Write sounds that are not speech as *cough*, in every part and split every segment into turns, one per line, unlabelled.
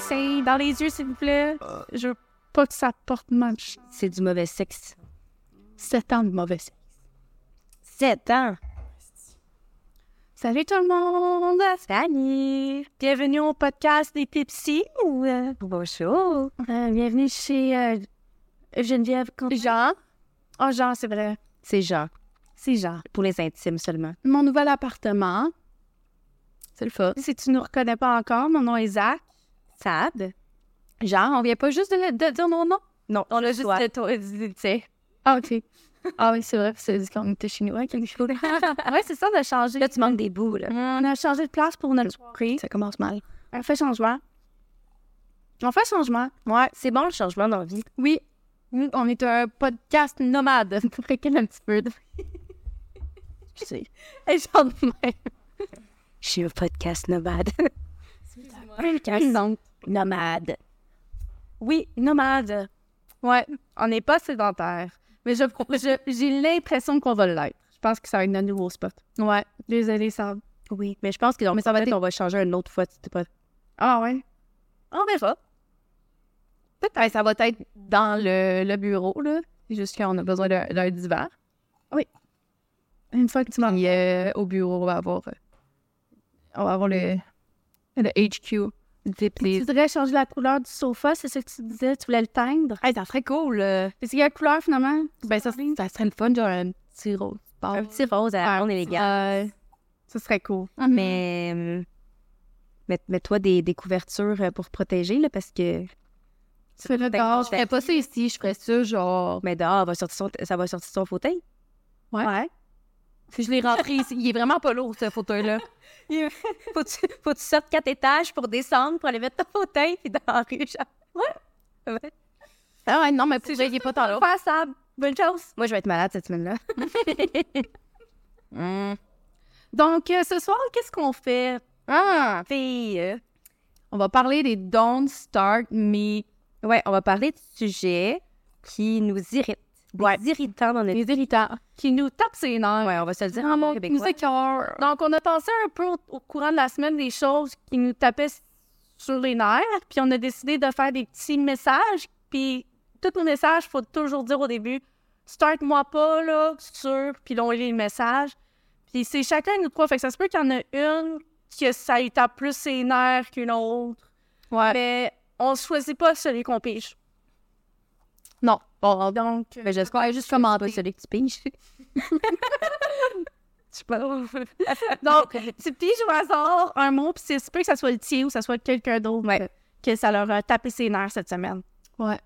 c'est dans les yeux, s'il vous plaît. Je veux pas que ça porte mal.
C'est du mauvais sexe.
Sept ans de mauvais sexe.
Sept ans.
Salut tout le monde!
Salut.
Bienvenue au podcast des Tipsy. ou, euh,
Bonjour.
euh, bienvenue chez euh,
Geneviève,
Jean. Oh, Jean, c'est vrai.
c'est Jean.
C'est Jean.
Pour les intimes seulement.
Mon nouvel appartement.
C'est le fun.
Si tu nous reconnais pas encore, mon nom est Zach.
Sad.
Jean, on vient pas juste de, de dire mon nom.
Non,
On a
c'est
juste
toi.
le tour, tu sais. Ah, OK. Ah oui, c'est vrai, c'est dit qu'on était chinois quelque chose. *laughs* ouais, c'est ça de changer.
Là, tu manques des bouts, là.
On a changé de place pour notre soirée.
Ça commence mal.
On fait changement. On fait changement.
Ouais. C'est bon le changement dans la vie.
Oui. Nous, on est un podcast *laughs* nomade. Pour quelqu'un un petit peu.
Je sais.
Et j'en ai
Je suis un podcast nomade.
même. Donc,
nomade.
oui, nomade. Ouais, on n'est pas sédentaire. Mais je, je- j'ai l'impression qu'on va l'être. Je pense que ça va être notre nouveau spot. Ouais. Désolée, ça.
Oui. Mais je pense que
Mais ça va
peut-être
être-
on va changer une autre fois. si t'es pas...
Ah ouais.
On verra.
Peut-être ça va être dans le, le bureau, là. C'est Juste qu'on a besoin d'un, d'un divan. Oui. Une fois que tu m'en viens au bureau, on va avoir, euh, on va avoir le, le HQ. Tu voudrais changer la couleur du sofa, c'est ce que tu disais? Tu voulais le teindre? Hey, ça serait cool. Est-ce qu'il y a une couleur, finalement? Ben, ça, ça serait le fun, genre un petit rose. Euh, Mm-hmm.
Un petit rose à la ronde élégante.
ça serait cool.
Mais euh, mets- mets-toi des, des couvertures euh, pour protéger, là, parce que
Tu fais le
Fait-
dehors. Je ferais pas ça ici. Je ferais ça, genre...
mais dehors, va sortir son- ça va sortir son fauteuil.
Ouais. Si je l'ai rentré ici, il est vraiment pas lourd, ce fauteuil-là.
faut, que tu, *laughs* faut que tu sortes quatre étages pour descendre, pour aller mettre ton fauteuil, puis dans la rue, genre. Ouais. Ouais.
Ah ouais, non, mais pour vrai, il est pas tant lourd.
Passable. Bonne chance. Moi, je vais être malade cette semaine-là.
Donc, euh, ce soir, qu'est-ce qu'on fait?
Ah! Fille. euh,
On va parler des Don't Start Me.
Ouais, on va parler de sujets qui nous irritent. Des
Ouais.
irritants dans notre
Les irritants qui nous tapent ses nerfs.
Ouais, on va se le dire.
Ah, mon-
Québécois.
nous écoeure. Donc, on a pensé un peu au, au courant de la semaine des choses qui nous tapaient s- sur les nerfs, puis on a décidé de faire des petits messages, puis tous nos messages, faut toujours dire au début, start-moi pas, là, sur, puis là, on lit le message. Puis c'est chacun de nous trois, fait que ça se peut qu'il y en a une que ça lui tape plus ses nerfs qu'une autre.
Ouais.
Mais on choisit pas celui qu'on pige. Non. Bon, donc... euh,
Mais Ben, j'espère juste commenter. C'est pas celui que tu *laughs* piges.
Je sais pas. Donc, tu piges au hasard un mot, puis c'est peut que ça soit le tien ou ça soit quelqu'un d'autre
Ouais.
que ça leur a tapé ses nerfs cette semaine. Ouais.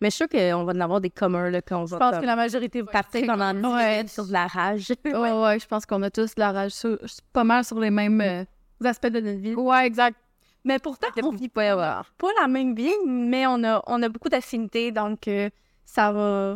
Mais je suis sûre qu'on va en avoir des communs, là, qu'on
Je
va
pense
comme
que la majorité va
partir pendant dix
Ouais.
minutes sur de la rage.
*laughs* Ouais, ouais, je pense qu'on a tous la rage sur, pas mal sur les mêmes euh, aspects de notre vie.
Ouais, exact. Mais pourtant, on vit
pas avoir.
pas la même vie, mais on a, on a beaucoup d'affinités, donc euh, ça va.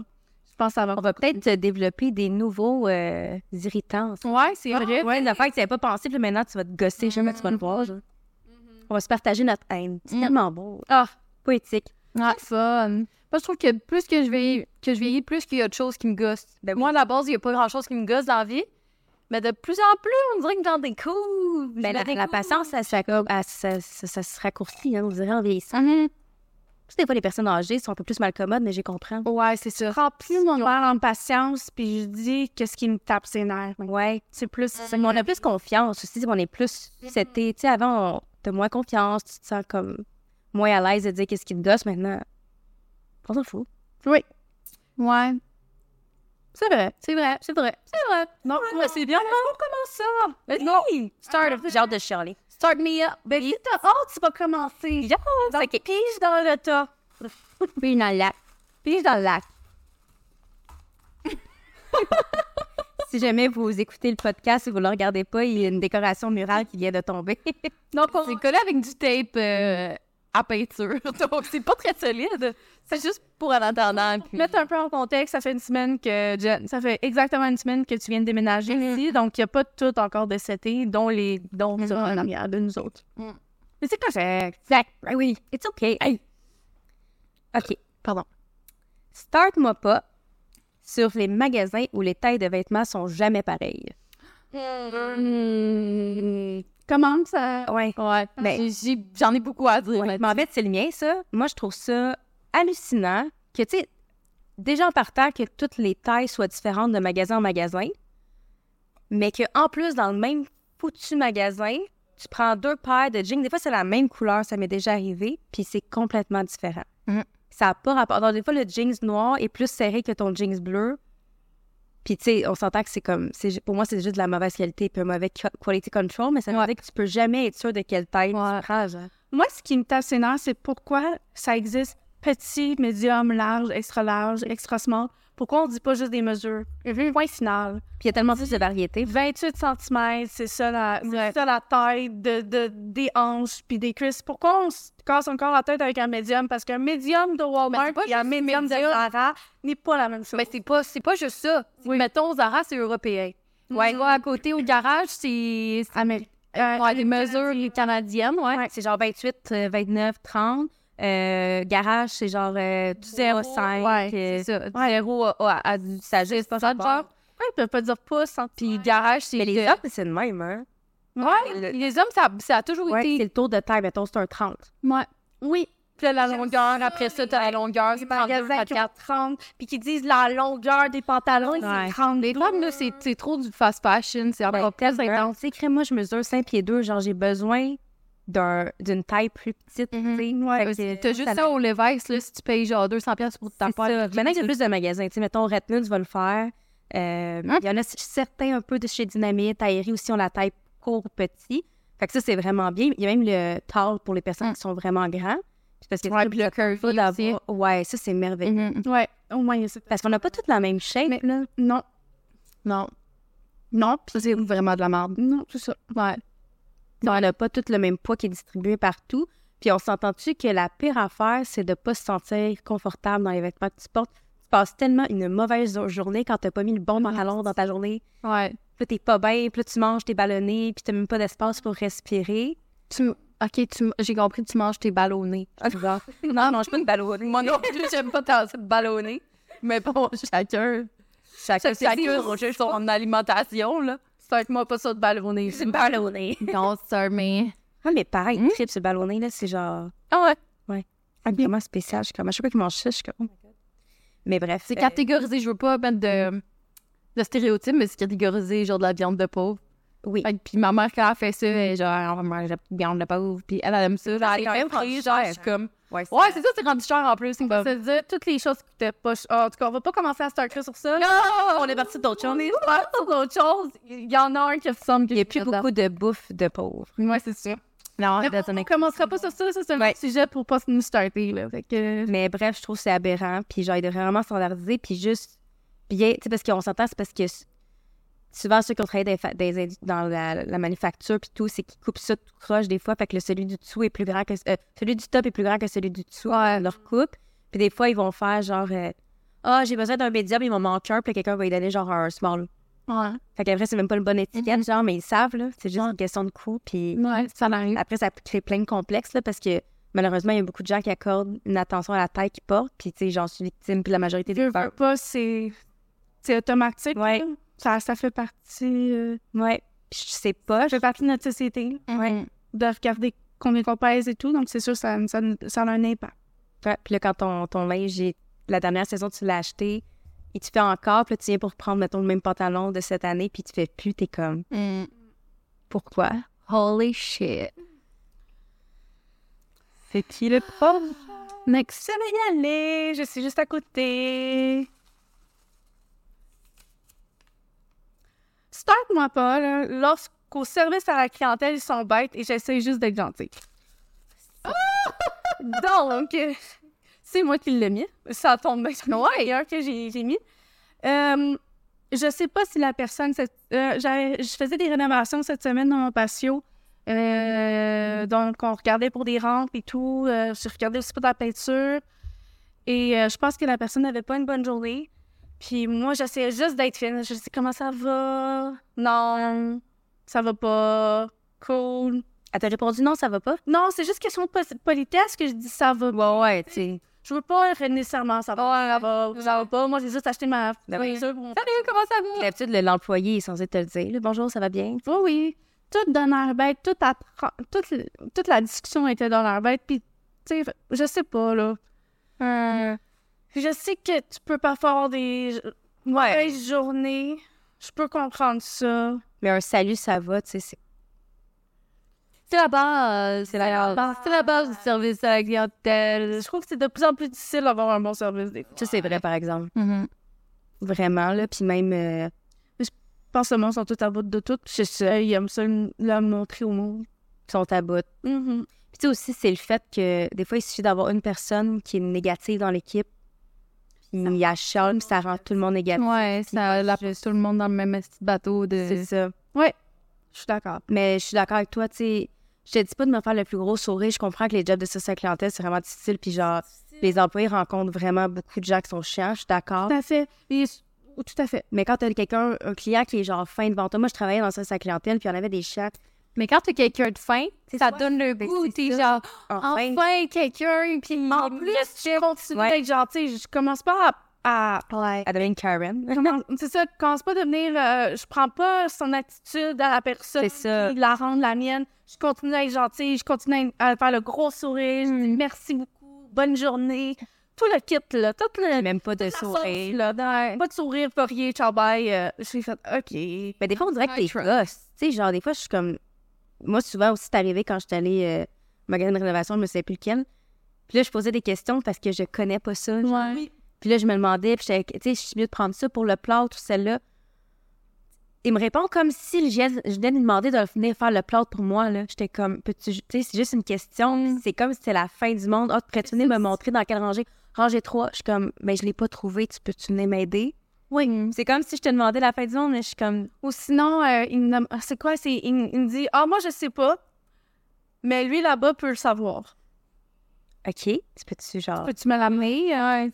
Je pense que ça va.
On va peut-être euh, développer des nouveaux euh, irritants.
Ouais, c'est
Ah, ouais, une affaire que tu n'avais pas pensé, puis là, maintenant, tu vas te gosser, jamais tu vas le voir. genre.
Mm-hmm.
On va se partager notre haine. C'est
Mhm.
tellement beau.
Ah,
Poétique.
Ah, fun. Moi, je trouve que plus que je vieillis, que je vieillis plus qu'il y a de choses qui me gossent.
Ben oui.
Moi, à la base, il n'y a pas grand-chose qui me gosse dans la vie. Mais de plus en plus, on dirait que j'en découvre. Je
Mais Ben, la,
me
la
découvre.
patience, ça, se raccour- ah, ça- ça- ça se raccourcit, hein, on dirait, en vieillissant.
Mm-hmm.
Mhm.
Tu sais, des fois, les personnes âgées sont un peu plus malcommodes, mais j'ai compris.
Ouais, c'est ça.
je prends plus mon mal en patience, puis je dis qu'est-ce qui me tape ses nerfs.
Ouais.
C'est plus.
Mais on a plus confiance aussi. On est plus. C'était. Tu sais, avant, on- t'as moins confiance. Tu te sens comme moins à l'aise de dire qu'est-ce qui te gosse maintenant. On s'en fout.
Ouais.
C'est vrai.
C'est vrai, c'est vrai, c'est vrai.
Ah Non, ouais, c'est bien. On commence ça.
Non! Start of. J'ai hâte de chialer.
Start me up, baby.
t'as hâte, tu vas commencer.
Yes! OK.
Pige dans le
*laughs*
tas.
Puis dans le lac.
Pige dans le *laughs* lac.
Si jamais vous écoutez le podcast et vous le regardez pas, il y a une décoration murale qui vient de tomber.
Donc, on...
C'est collé avec du tape euh, à peinture. *laughs* Donc, c'est pas très solide. C'est juste pour en attendant. Puis...
mettre un peu en contexte, ça fait une semaine que Jen- ça fait exactement une semaine que tu viens de déménager
Mm-hmm.
ici, donc il n'y a pas tout encore de CT, dont les dont ça
Mm-hmm.
en arrière de nous autres.
Mhm.
Mais c'est correct.
Exact. Ben oui. It's okay. OK.
Pardon.
Start-moi pas sur les
Mm-hmm.
magasins où les tailles de vêtements sont jamais pareilles.
commence à.
Ouais.
Ah Ouais.
Ben-
J'ai- j'ai- J'en ai beaucoup à dire.
Ouais,
là-dessus.
Mais en fait, c'est le mien, ça. Moi, je trouve ça hallucinant que, tu sais, déjà en partant, que toutes les tailles soient différentes de magasin en magasin, mais que en plus, dans le même foutu magasin, tu prends deux paires de jeans. Des fois, c'est la même couleur, ça m'est déjà arrivé, puis c'est complètement différent.
Mhm.
Ça n'a pas rapport. Donc, des fois, le jeans noir est plus serré que ton jeans bleu. Puis, tu sais, on s'entend que c'est comme. c'est- Pour moi, c'est juste de la mauvaise qualité, puis un mauvais co- quality control, mais ça veut
Ouais.
dire que tu peux jamais être sûr de quelle taille
Ouais.
tu prends. genre.
Moi, ce qui me tape ses nerfs, c'est pourquoi ça existe petit, médium, large, extra large, extra small. Pourquoi on dit pas juste des mesures? Point final.
Puis il y a tellement plus de variétés.
28 cm, c'est ça la, c'est
Ouais.
ça la taille de, de- des hanches puis des cuisses. Pourquoi on se casse encore la tête avec un médium? Parce qu'un médium de Walmart
Mais c'est pas
et un
juste
médium de
médium.
Zara n'est pas la même chose.
Mais c'est pas, c'est pas juste ça. C'est- Mettons, Zara, c'est européen.
Mm-hmm.
Ouais. à côté au garage, c'est. c'est- euh,
Amérique.
Ouais, des mesures canadiennes, ouais.
C'est genre 28, euh, 29, 30. Euh, garage, c'est genre euh, du 0 5.
Ouais,
euh,
c'est ça. Du zéro à, à- à du sagesse, pas ça, genre.
Ouais, ils peuvent pas dire pouce. hein.
Puis garage, c'est.
mais les
de-
hommes, c'est le même, hein?
Ouais,
Le-
les hommes, ça, ça a toujours
Ouais, c'est
été.
le taux de taille, mettons, c'est un 30.
Ouais. Oui.
Puis là, la longueur, après ça, t'as la longueur,
Les
c'est 32,
magasins qui ont
34.
30, puis qui disent la longueur des pantalons,
Ouais.
c'est 30.
Les femmes, là, c'est c'est trop du fast fashion, c'est encore plus
Hein?
intense.
Tu sais, crème, moi, je mesure 5 pieds 2, genre, j'ai besoin d'un- d'une taille plus petite.
Mhm.
tu sais.
Ouais,
Fait que
T'as juste
ça-
ça au Levex, là, si tu payes genre 200$ piastres pour ta
C'est ça.
paire.
Maintenant, il y a plus de magasins. Tu sais, mettons, Redmond, tu vas le faire. Euh, Il
Hein?
y en a certains un peu de chez Dynamite, Aérie aussi, on la taille court ou petit. Fait que ça, c'est vraiment bien. Il y a même le tall pour les personnes
Hein.
qui sont vraiment grands. Puis Parce que
Ouais,
ça,
puis le curvy
faut
aussi.
d'avoir- Ouais, ça, c'est merveilleux.
Mhm.
Mm. Ouais, au moins, il y a ça.
Parce qu'on n'a pas toutes la même shape,
Mais-
là.
Non,
Non.
non,
Ça, c'est vraiment de la merde.
non, tout ça.
Ouais.
On n'a pas tout le même poids qui est distribué partout. Puis on s'entend-tu que la pire affaire, c'est de pas se sentir confortable dans les vêtements que tu portes. Tu passes tellement une mauvaise journée quand t'as pas mis le bon
Ah,
pantalon dans ta journée.
Ouais.
Puis là, t'es pas bien, puis là, tu manges, t'es ballonné, puis t'as même pas d'espace pour respirer.
Tu m- Ok, tu m- j'ai compris, tu manges tes ballonnés.
*laughs* non, je mange pas une ballonnée.
*laughs* Moi non plus, j'aime pas tant ça de ballonner. Mais bon, *laughs* chacun,
Chacun, c'est
chacun juge son alimentation, là. Faites-moi pas ça de ballonner.
C'est ballonné.
Non, sir, mais...
Ah, mais pareil,
Hmm?
trip, ce ballonné, là, c'est genre
Ah ouais,
vraiment spécial. Je suis comme, à chaque fois qu'il mange ça, je suis comme, oh my God. Mais bref.
c'est
Ben,
euh,
catégorisé. Je veux pas mettre
Mm.
de, de stéréotypes, mais c'est catégorisé, genre de la viande de pauvre.
Oui.
Fait que- Puis ma mère, quand elle fait ça, elle est genre, Ah, on va manger de la petite viande de pauvre. Puis elle, elle aime ça. Genre,
c'est
elle
quand
est
même
rentrée, genre,
rendu cher,
je suis comme...
Ouais, c'est-
Ouais, c'est ça, c'est rendu cher en plus. C'est comme...
Ça veut dire toutes les choses qui étaient pas. ch- Ah, en tout cas, on va pas commencer à se stalker sur ça.
Non!
On est parti d'autres choses. On est parti d'autres choses. Il y en a un qui ressemble.
Il n'y a plus beaucoup de bouffe de pauvre.
Moi, c'est sûr.
Non,
Mais
that's
on
an-
ne commencera pas sur ça. Ça, c'est un
Ouais.
sujet pour pas nous starter. Là. Fait que...
Mais bref, je trouve que c'est aberrant. Puis genre, il devrait vraiment standardiser. Puis juste bien. Tu sais, parce qu'on s'entend, c'est parce que s- souvent, ceux qui ont travaillé dans, les fa- dans les indu- dans la, la manufacture, puis tout, c'est qu'ils coupent ça tout croche des fois. Fait que le- celui du dessous est plus grand que. euh, celui du top est plus grand que celui du dessous. On leur coupe. Puis des fois, ils vont faire genre. euh, Ah, j'ai besoin d'un médium, il m'en manque un. Puis quelqu'un va lui donner genre un small.
Ouais.
Fait qu'après, c'est même pas le bon étiquette, genre, mais ils savent, là. C'est juste une question de coût. Puis
Ouais, ça arrive.
après, ça crée plein de complexes, là, parce que malheureusement, il y a beaucoup de gens qui accordent une attention à la taille qu'ils portent, puis tu sais, j'en suis victime, puis la majorité
Je
des
veux
femmes.
pas, c'est. C'est automatique.
Ouais.
là. Ça, ça fait partie. euh,
Ouais. Puis je sais pas,
Ça
je...
fait partie de notre société. là,
Mm-hmm.
Ouais.
De regarder combien qu'on pèse et tout. Donc, c'est sûr, ça, ça, ça a un impact.
ouais. Puis là, quand ton, ton linge, j'ai- la dernière saison, tu l'as acheté, et tu fais encore, puis là, tu viens pour prendre, mettons, le même pantalon de cette année, puis tu fais plus, t'es comme,
Mm.
pourquoi?
Holy shit.
C'est qui le prof?
Next.
Ça va y aller. Je suis juste à côté. Start-moi pas, là, lorsqu'au service à la clientèle, ils sont bêtes et j'essaie juste d'être gentille. *laughs* Donc, euh, c'est moi qui l'ai mis. Ça tombe bien. C'est moi d'ailleurs que j'ai j'ai mis. Euh, je sais pas si la personne. cette- euh, j'avais- je faisais des rénovations cette semaine dans mon patio. Euh, donc, on regardait pour des rampes et tout. Euh, je regardais aussi pour de la peinture. Et euh, je pense que la personne n'avait pas une bonne journée. Puis moi, j'essayais juste d'être fine. Je disais, comment ça va? Non, ça va pas. Cool.
Elle t'a répondu, non, ça va pas?
Non, c'est juste question de pos- politesse que je dis ça va.
Ouais, ouais, tu sais.
Je veux pas être nécessairement ça va.
Ouais.
ça va, ou ça va pas. Moi, j'ai juste acheté ma
Ben
peinture pour mon
Salut, comment ça va?
D'habitude, le- l'employé est censé te le dire, là, bonjour, ça va bien?
Oui, oui. tout dans l'air bête, tout appren- toute, l- toute la discussion était dans l'air bête, puis, tu sais, je sais pas, là. Euh,
Hum.
Je sais que tu peux pas faire des
Ouais.
mauvaises journées, je peux comprendre ça.
Mais un salut, ça va, tu sais. c'est-
C'est la base.
C'est la
base.
C'est la base du service à la clientèle.
Je trouve que c'est de plus en plus difficile d'avoir un bon service des fois.
Ça, c'est vrai, par exemple.
Hum.
Vraiment, là. Puis même, euh,
Je pense que le monde sont tout à bout de tout. Je sais, ils aiment ça le le montrer au monde.
ils sont à bout. Puis tu sais aussi, c'est le fait que des fois, il suffit d'avoir une personne qui est négative dans l'équipe. Puis il y a charme, ça rend tout le monde négatif.
Ouais, ça la tout le monde dans le même petit bateau
C'est
Euh,
de.
ça.
Je suis d'accord.
Mais je suis d'accord avec toi, tu sais. Je te dis pas de me faire le plus gros sourire. Je comprends que les jobs de service à la clientèle, c'est vraiment difficile. Puis genre, les employés rencontrent vraiment beaucoup de gens qui sont chiants. Je suis d'accord.
Tout à fait. Et- ou Tout à fait.
Mais quand t'as quelqu'un, un client qui est genre fin devant toi, moi, je travaillais dans le service à la clientèle, puis on avait des chiens.
Mais quand t'as quelqu'un de fin,
C'est
ça
ça.
donne le
Ben,
goût.
c'est
T'es
ça.
genre, enfin, Mm, quelqu'un, puis
En plus, je continue
Ouais.
d'être gentille. Je commence pas à. à-
Ouais.
Elle devient une Karen.
comment- c'est ça, je commence pas à devenir. euh, je prends pas son attitude à la personne.
C'est ça.
puis la rendre la mienne. Je continue à être gentille. Je continue à à faire le gros sourire. Je
Mm.
dis merci beaucoup. Bonne journée. Tout le kit, là. Tout le.
*laughs* Même pas de
la sauce,
sourire.
là, dans- Pas de sourire, pas rien, ciao bye. euh, je suis fait, OK.
Mais Ben, des fois, on dirait que t'es
Contra.
gosse. Tu sais, genre, des fois, je suis comme. Moi, souvent aussi, c'est arrivé quand j'étais allée euh, au magasin de rénovation, je me sais plus lequel. Puis là, je posais des questions parce que je connais pas ça. genre.
Ouais.
Puis là, je me demandais, puis j'étais, tu sais, je suis mieux de prendre ça pour le plâtre ou celle-là. Il me répond comme si je viens- je venais de lui demander de venir faire le plâtre pour moi. là. J'étais comme, peux-tu, ju- tu sais, c'est juste une question. C'est comme si c'était la fin du monde. Ah, tu pourrais-tu venir me montrer dans quelle rangée? Rangée 3. Je suis comme, mais je l'ai pas trouvé. Tu peux-tu venir m'aider? Mm.
Oui.
C'est comme si je te demandais la fin du monde, mais je suis comme,
Ou sinon, euh, il me dem- c'est quoi? C'est, il, me- il me dit, ah, moi, je sais pas, mais lui, là-bas, peut le savoir.
OK, tu peux-tu, genre,
Peux-tu me l'amener? Ouais.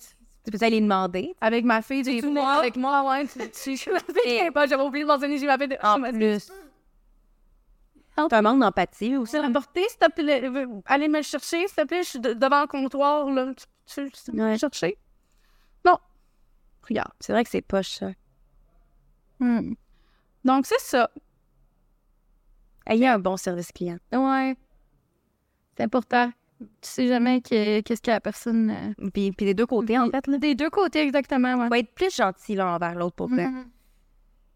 tu peux aller demander?
Avec ma fille, j'ai
Tu venais avec
moi, *laughs* ouais. Tu, tu, je sais pas, j'avais oublié de mentionner, j'ai ma fille. de- Ah, mais-
Plus. T'as un manque d'empathie
Tu
aussi.
peux l'apporter, s'il te plaît? Euh, Allez me le chercher, s'il te plaît, je suis de- devant le comptoir, là. Tu, tu, tu peux me le
Ouais.
chercher? Non. Regarde.
C'est vrai que c'est poche, ça.
Donc, c'est ça.
Ayez un bon service client.
Ouais. C'est important. Tu sais jamais que- qu'est-ce que la personne. euh,
Puis, puis des deux côtés, en fait.
Des deux côtés, exactement. Ouais.
faut être plus gentil l'un envers l'autre pour vrai.
Mm-hmm.
Mhm.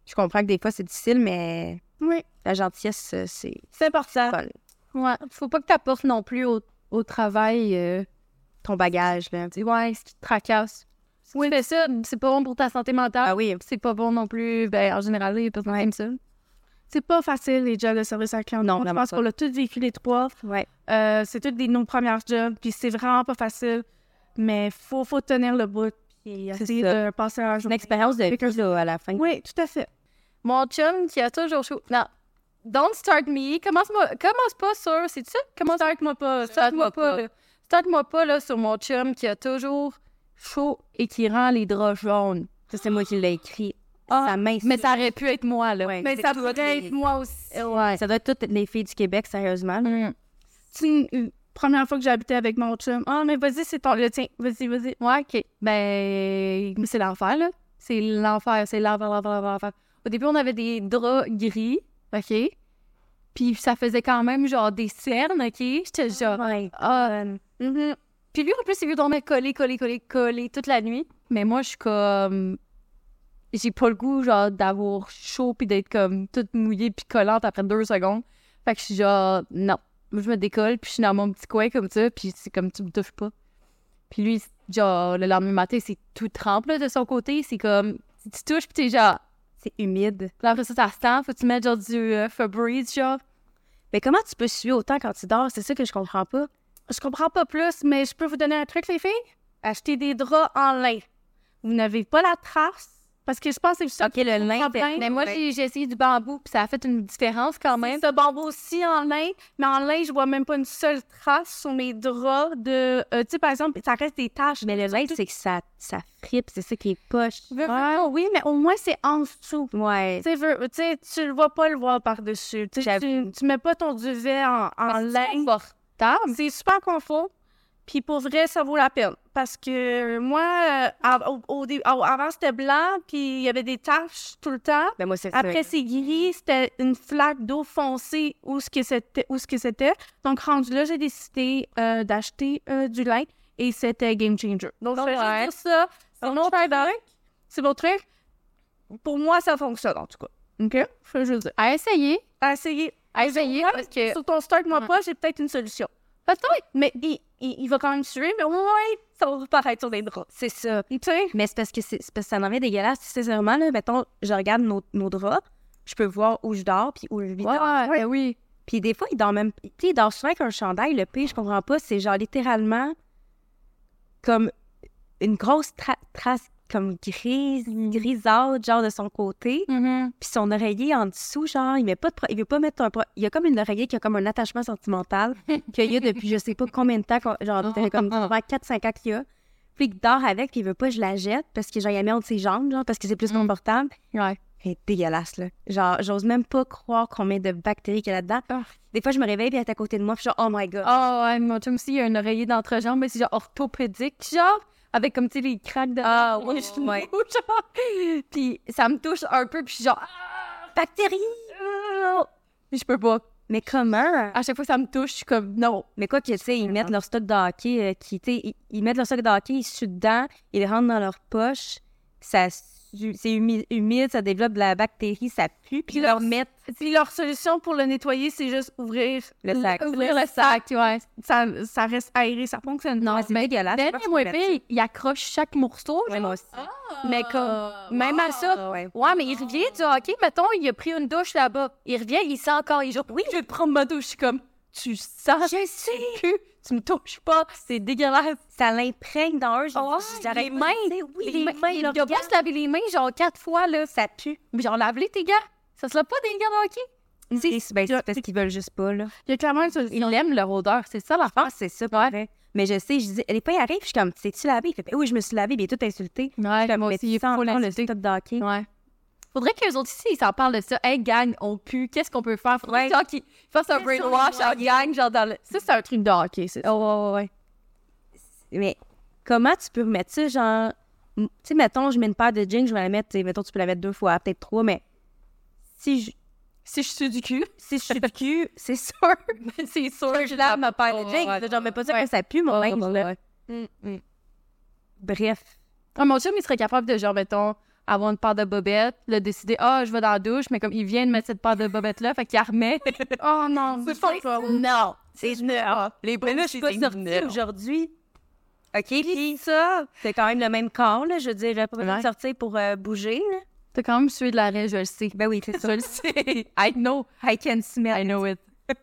Je comprends que des fois c'est difficile, mais
Oui.
la gentillesse, euh, c'est
C'est important.
fun.
Ouais. Faut pas que t'apportes non plus au, au travail. euh,
Ton bagage, là.
tu sais, ouais, ce qui te tracasse. Si tu fais ça, c'est pas bon pour ta santé mentale.
Ah oui,
C'est pas bon non plus. Ben, en général, les personnes aiment ça.
C'est pas facile, les jobs de service à client.
Non,
je
vraiment
pense
pas.
qu'on l'a tous vécu, les trois.
ouais.
Euh, c'est toutes des, nos premières jobs, puis c'est vraiment pas facile, mais faut, faut tenir le bout, puis
C'est
essayer
ça.
de passer un
Une
jour.
expérience de vie, là, à la fin.
Oui, tout à fait.
Mon chum qui a toujours chaud. Non. Don't start me. Commence, -moi, commence pas sur. C'est ça? Commence
Start-moi pas.
Starte-moi
Start-moi
pas.
pas.
là. Starte-moi pas là, sur mon chum qui a toujours chaud et qui rend les draps jaunes.
Ça, c'est moi qui l'ai écrit.
Ah,
ça m'insulte.
Mais ça aurait pu être moi, là.
Ouais.
Mais
C'est
ça
tout
pourrait
les-
être moi aussi.
Ouais.
Ça doit être toutes les filles du Québec, sérieusement. là.
Mm.
C'est une- une euh, première fois que j'habitais avec mon chum. Ah, mais vas-y, c'est ton, le tien. Vas-y, vas-y.
Ouais, OK. Ben, c'est l'enfer, là. C'est l'enfer, c'est l'enfer, l'enfer, l'enfer, l'enfer. Au début, on avait des draps gris, OK? Puis ça faisait quand même, genre, des cernes, OK? J'étais genre...
Ouais.
Ah, euh, mhm. Puis lui, en plus, il veut dormir collé, collé, collé, collé toute la nuit. Mais moi, je suis comme... J'ai pas le goût, genre, d'avoir chaud puis d'être comme toute mouillée puis collante après deux secondes. Fait que je suis genre, non. Moi, je me décolle puis je suis dans mon petit coin comme ça puis c'est comme, tu me touches pas. Puis lui, genre, le lendemain matin, c'est tout trempe, là, de son côté. C'est comme, si tu touches puis t'es genre...
C'est humide.
Puis après ça, ça sent. Faut que tu mettes, genre, du euh, Febreze, genre.
Mais comment tu peux suer autant quand tu dors? C'est ça que je comprends pas.
Je comprends pas plus, mais je peux vous donner un truc, les filles. Achetez des draps en lin. Vous n'avez pas la trace, parce que je pense que c'est ça.
OK, le lin,
comprends
fait-
bien.
Mais moi, j'ai j'ai essayé du bambou puis ça a fait une différence quand même.
même de bambou aussi en lin, mais en lin, je vois même pas une seule trace sur mes draps de. euh, tu sais, par exemple, ça reste des taches.
Mais le lin, c'est que ça, ça fripe. C'est ça qui est poche.
Ouais, oui, mais au moins, c'est en dessous.
Ouais.
Tu sais, veux- tu sais, tu le vois pas le voir par-dessus. Tu, sais,
J'avoue.
tu tu mets pas ton duvet en, en
C'est
lin.
confortable.
C'est super confort.
Puis pour vrai, ça vaut la peine. Parce que moi, euh, av- au- au dé- au- avant, c'était blanc, puis il y avait des taches tout le temps.
Ben, moi, c'est ça.
Après, c'est gris, c'était une flaque d'eau foncée où ce que c'était. Où ce que c'était. Donc, rendu là, j'ai décidé euh, d'acheter euh, du lin et c'était game changer. Donc, je vais
Alright.
juste dire ça. C'est
Un
mon truc. C'est mon truc. Pour moi, ça fonctionne, en tout cas. OK? Je veux juste dire.
À essayer.
Essayez.
À essayer.
Ouais,
Parce que.
Sur ton start, moi
Ouais.
pas, j'ai peut-être une solution.
Attends,
Mais il, il, il va quand même suer, mais au moins, ça va vous paraître sur les draps.
C'est ça.
Tu sais?
Mais c'est parce que c'est c'est parce que ça en vient dégueulasse. Sincèrement, là, mettons, je regarde nos, nos draps, je peux voir où je dors puis où je vis.
Ouais, ouais, ben oui.
Puis des fois, il dort même. Tu sais, il dort souvent avec un chandail. Le pire, je comprends pas. C'est genre littéralement comme une grosse tra- trace comme grise,
Mm.
grisâtre, genre de son côté.
Mm-hmm.
Puis son oreiller en dessous, genre, il met pas de pro- il veut pas mettre un pro- Il y a comme une oreiller qui a comme un attachement
*laughs*
sentimental qu'il y a depuis je sais pas combien de temps, qu'on- genre,
Ah,
ça fait comme 4-5 ans qu'il y a. Puis il dort avec, puis il veut pas que je la jette parce que genre, il la met entre ses jambes, genre, parce que c'est plus
Mm.
confortable.
Ouais.
Elle est dégueulasse, là. Genre, j'ose même pas croire combien de bactéries qu'il y a là-dedans.
Ah.
Des fois, je me réveille, puis elle est à côté de moi, puis je suis genre, oh my god.
Ah ouais, mon chum aussi, il a un oreiller d'entrejambe, mais c'est genre orthopédique, genre, avec comme, tu sais, les craques de
Ah,
ouais,
ouais, ouais.
*laughs* genre. Puis ça me touche un peu, puis je suis genre, ah,
Bactéries!
mais je peux pas.
Mais comment?
À chaque fois que ça me touche, je suis comme, non.
Mais quoi que, tu sais, ils mettent leur stock de hockey, euh, qui, tu sais, ils, ils mettent leur stock de hockey, ils suent dedans, ils le rentrent dans leur poche, ça sue- c'est humi- humide, ça développe de la bactérie, ça pue, puis ils leur mettent
Si leur solution pour le nettoyer, c'est juste ouvrir,
le sac.
Ouvrir le sac, ouais.
ça, ça reste aéré, ça fonctionne.
Non,
C'est dégueulasse.
Ben,
je pense
moi,
que je vais
pire, il accroche chaque morceau,
mettre ça. Ouais, moi aussi.
mais comme, même à ça,
Ah, ouais.
Ouais, mais il revient du hockey, mettons, il a pris une douche là-bas. Il revient, il sent encore, il est genre, oui, je vais prendre ma douche. Je suis comme, tu sens
Ah, Je sais!
que tu me touches pas, c'est dégueulasse.
Ça l'imprègne dans eux. je-
Ah ouais,
je- j'arrête
les
pas de
mains,
dire, Oui,
Les
les
mains,
mains,
il
leur
a beau se laver les mains, genre quatre fois, là, ça pue. Mais genre, lave-les, tes gars. Ça se lave pas des gars de hockey.
Ben, c'est parce qu'ils veulent juste pas, là.
Il y a clairement une solution.
Ils aiment leur odeur, c'est ça
Je
l'affaire.
pense que c'est ça, pour vrai. Mais je sais, je dis, les fois, ils arrivent, je suis comme, t'es-tu lavé? Il fait, Ben oui, je me suis lavé, il est tout insulté.
Ouais,
Comme,
moi
mais
aussi, il
tu sens
faut
encore le
l'insulter.
stock de hockey.
Ouais. Faudrait que les autres ici, ils s'en parlent de ça. Hey, gang, on pue, qu'est-ce qu'on peut faire? Faudrait
Ouais.
genre qu'ils fassent un
Qu'est-ce qu'on
brainwash à gang, genre dans le.
Ça, c'est un truc de hockey, c'est ça.
Oh, ouais, ouais, ouais.
Mais comment tu peux remettre ça, genre... m- Tu sais, mettons, je mets une paire de jeans, je vais la mettre, tu sais, mettons, tu peux la mettre deux fois, peut-être trois, mais si je,
Si je suis du *laughs* cul,
si je suis du cul, c'est sûr.
c'est sûr que
Je lave ma paire de jeans,
Ouais,
là, genre, mais pas ça que ça pue, mon linge, là. Bref.
Ah, mon chum, il serait capable de, genre, mettons, avoir une paire de bobettes, le décider, ah, je vais dans la douche, mais comme il vient de mettre cette paire de bobettes-là, fait qu'il la *laughs* remet.
Oh non,
C'est pas ça.
Non, c'est non.
Les
bras,
là, je
c'est
suis pas
des
sortie
nerfs.
aujourd'hui. OK,
Puis
puis
ça,
c'est quand même le même corps, là, je veux dire, pas besoin
Ouais.
de sortir pour euh, bouger, là.
T'as quand même sué de la raie, je le sais.
Ben oui, *laughs* c'est
Je
ça.
le sais. *laughs* I know.
I can smell.
I know it. *laughs*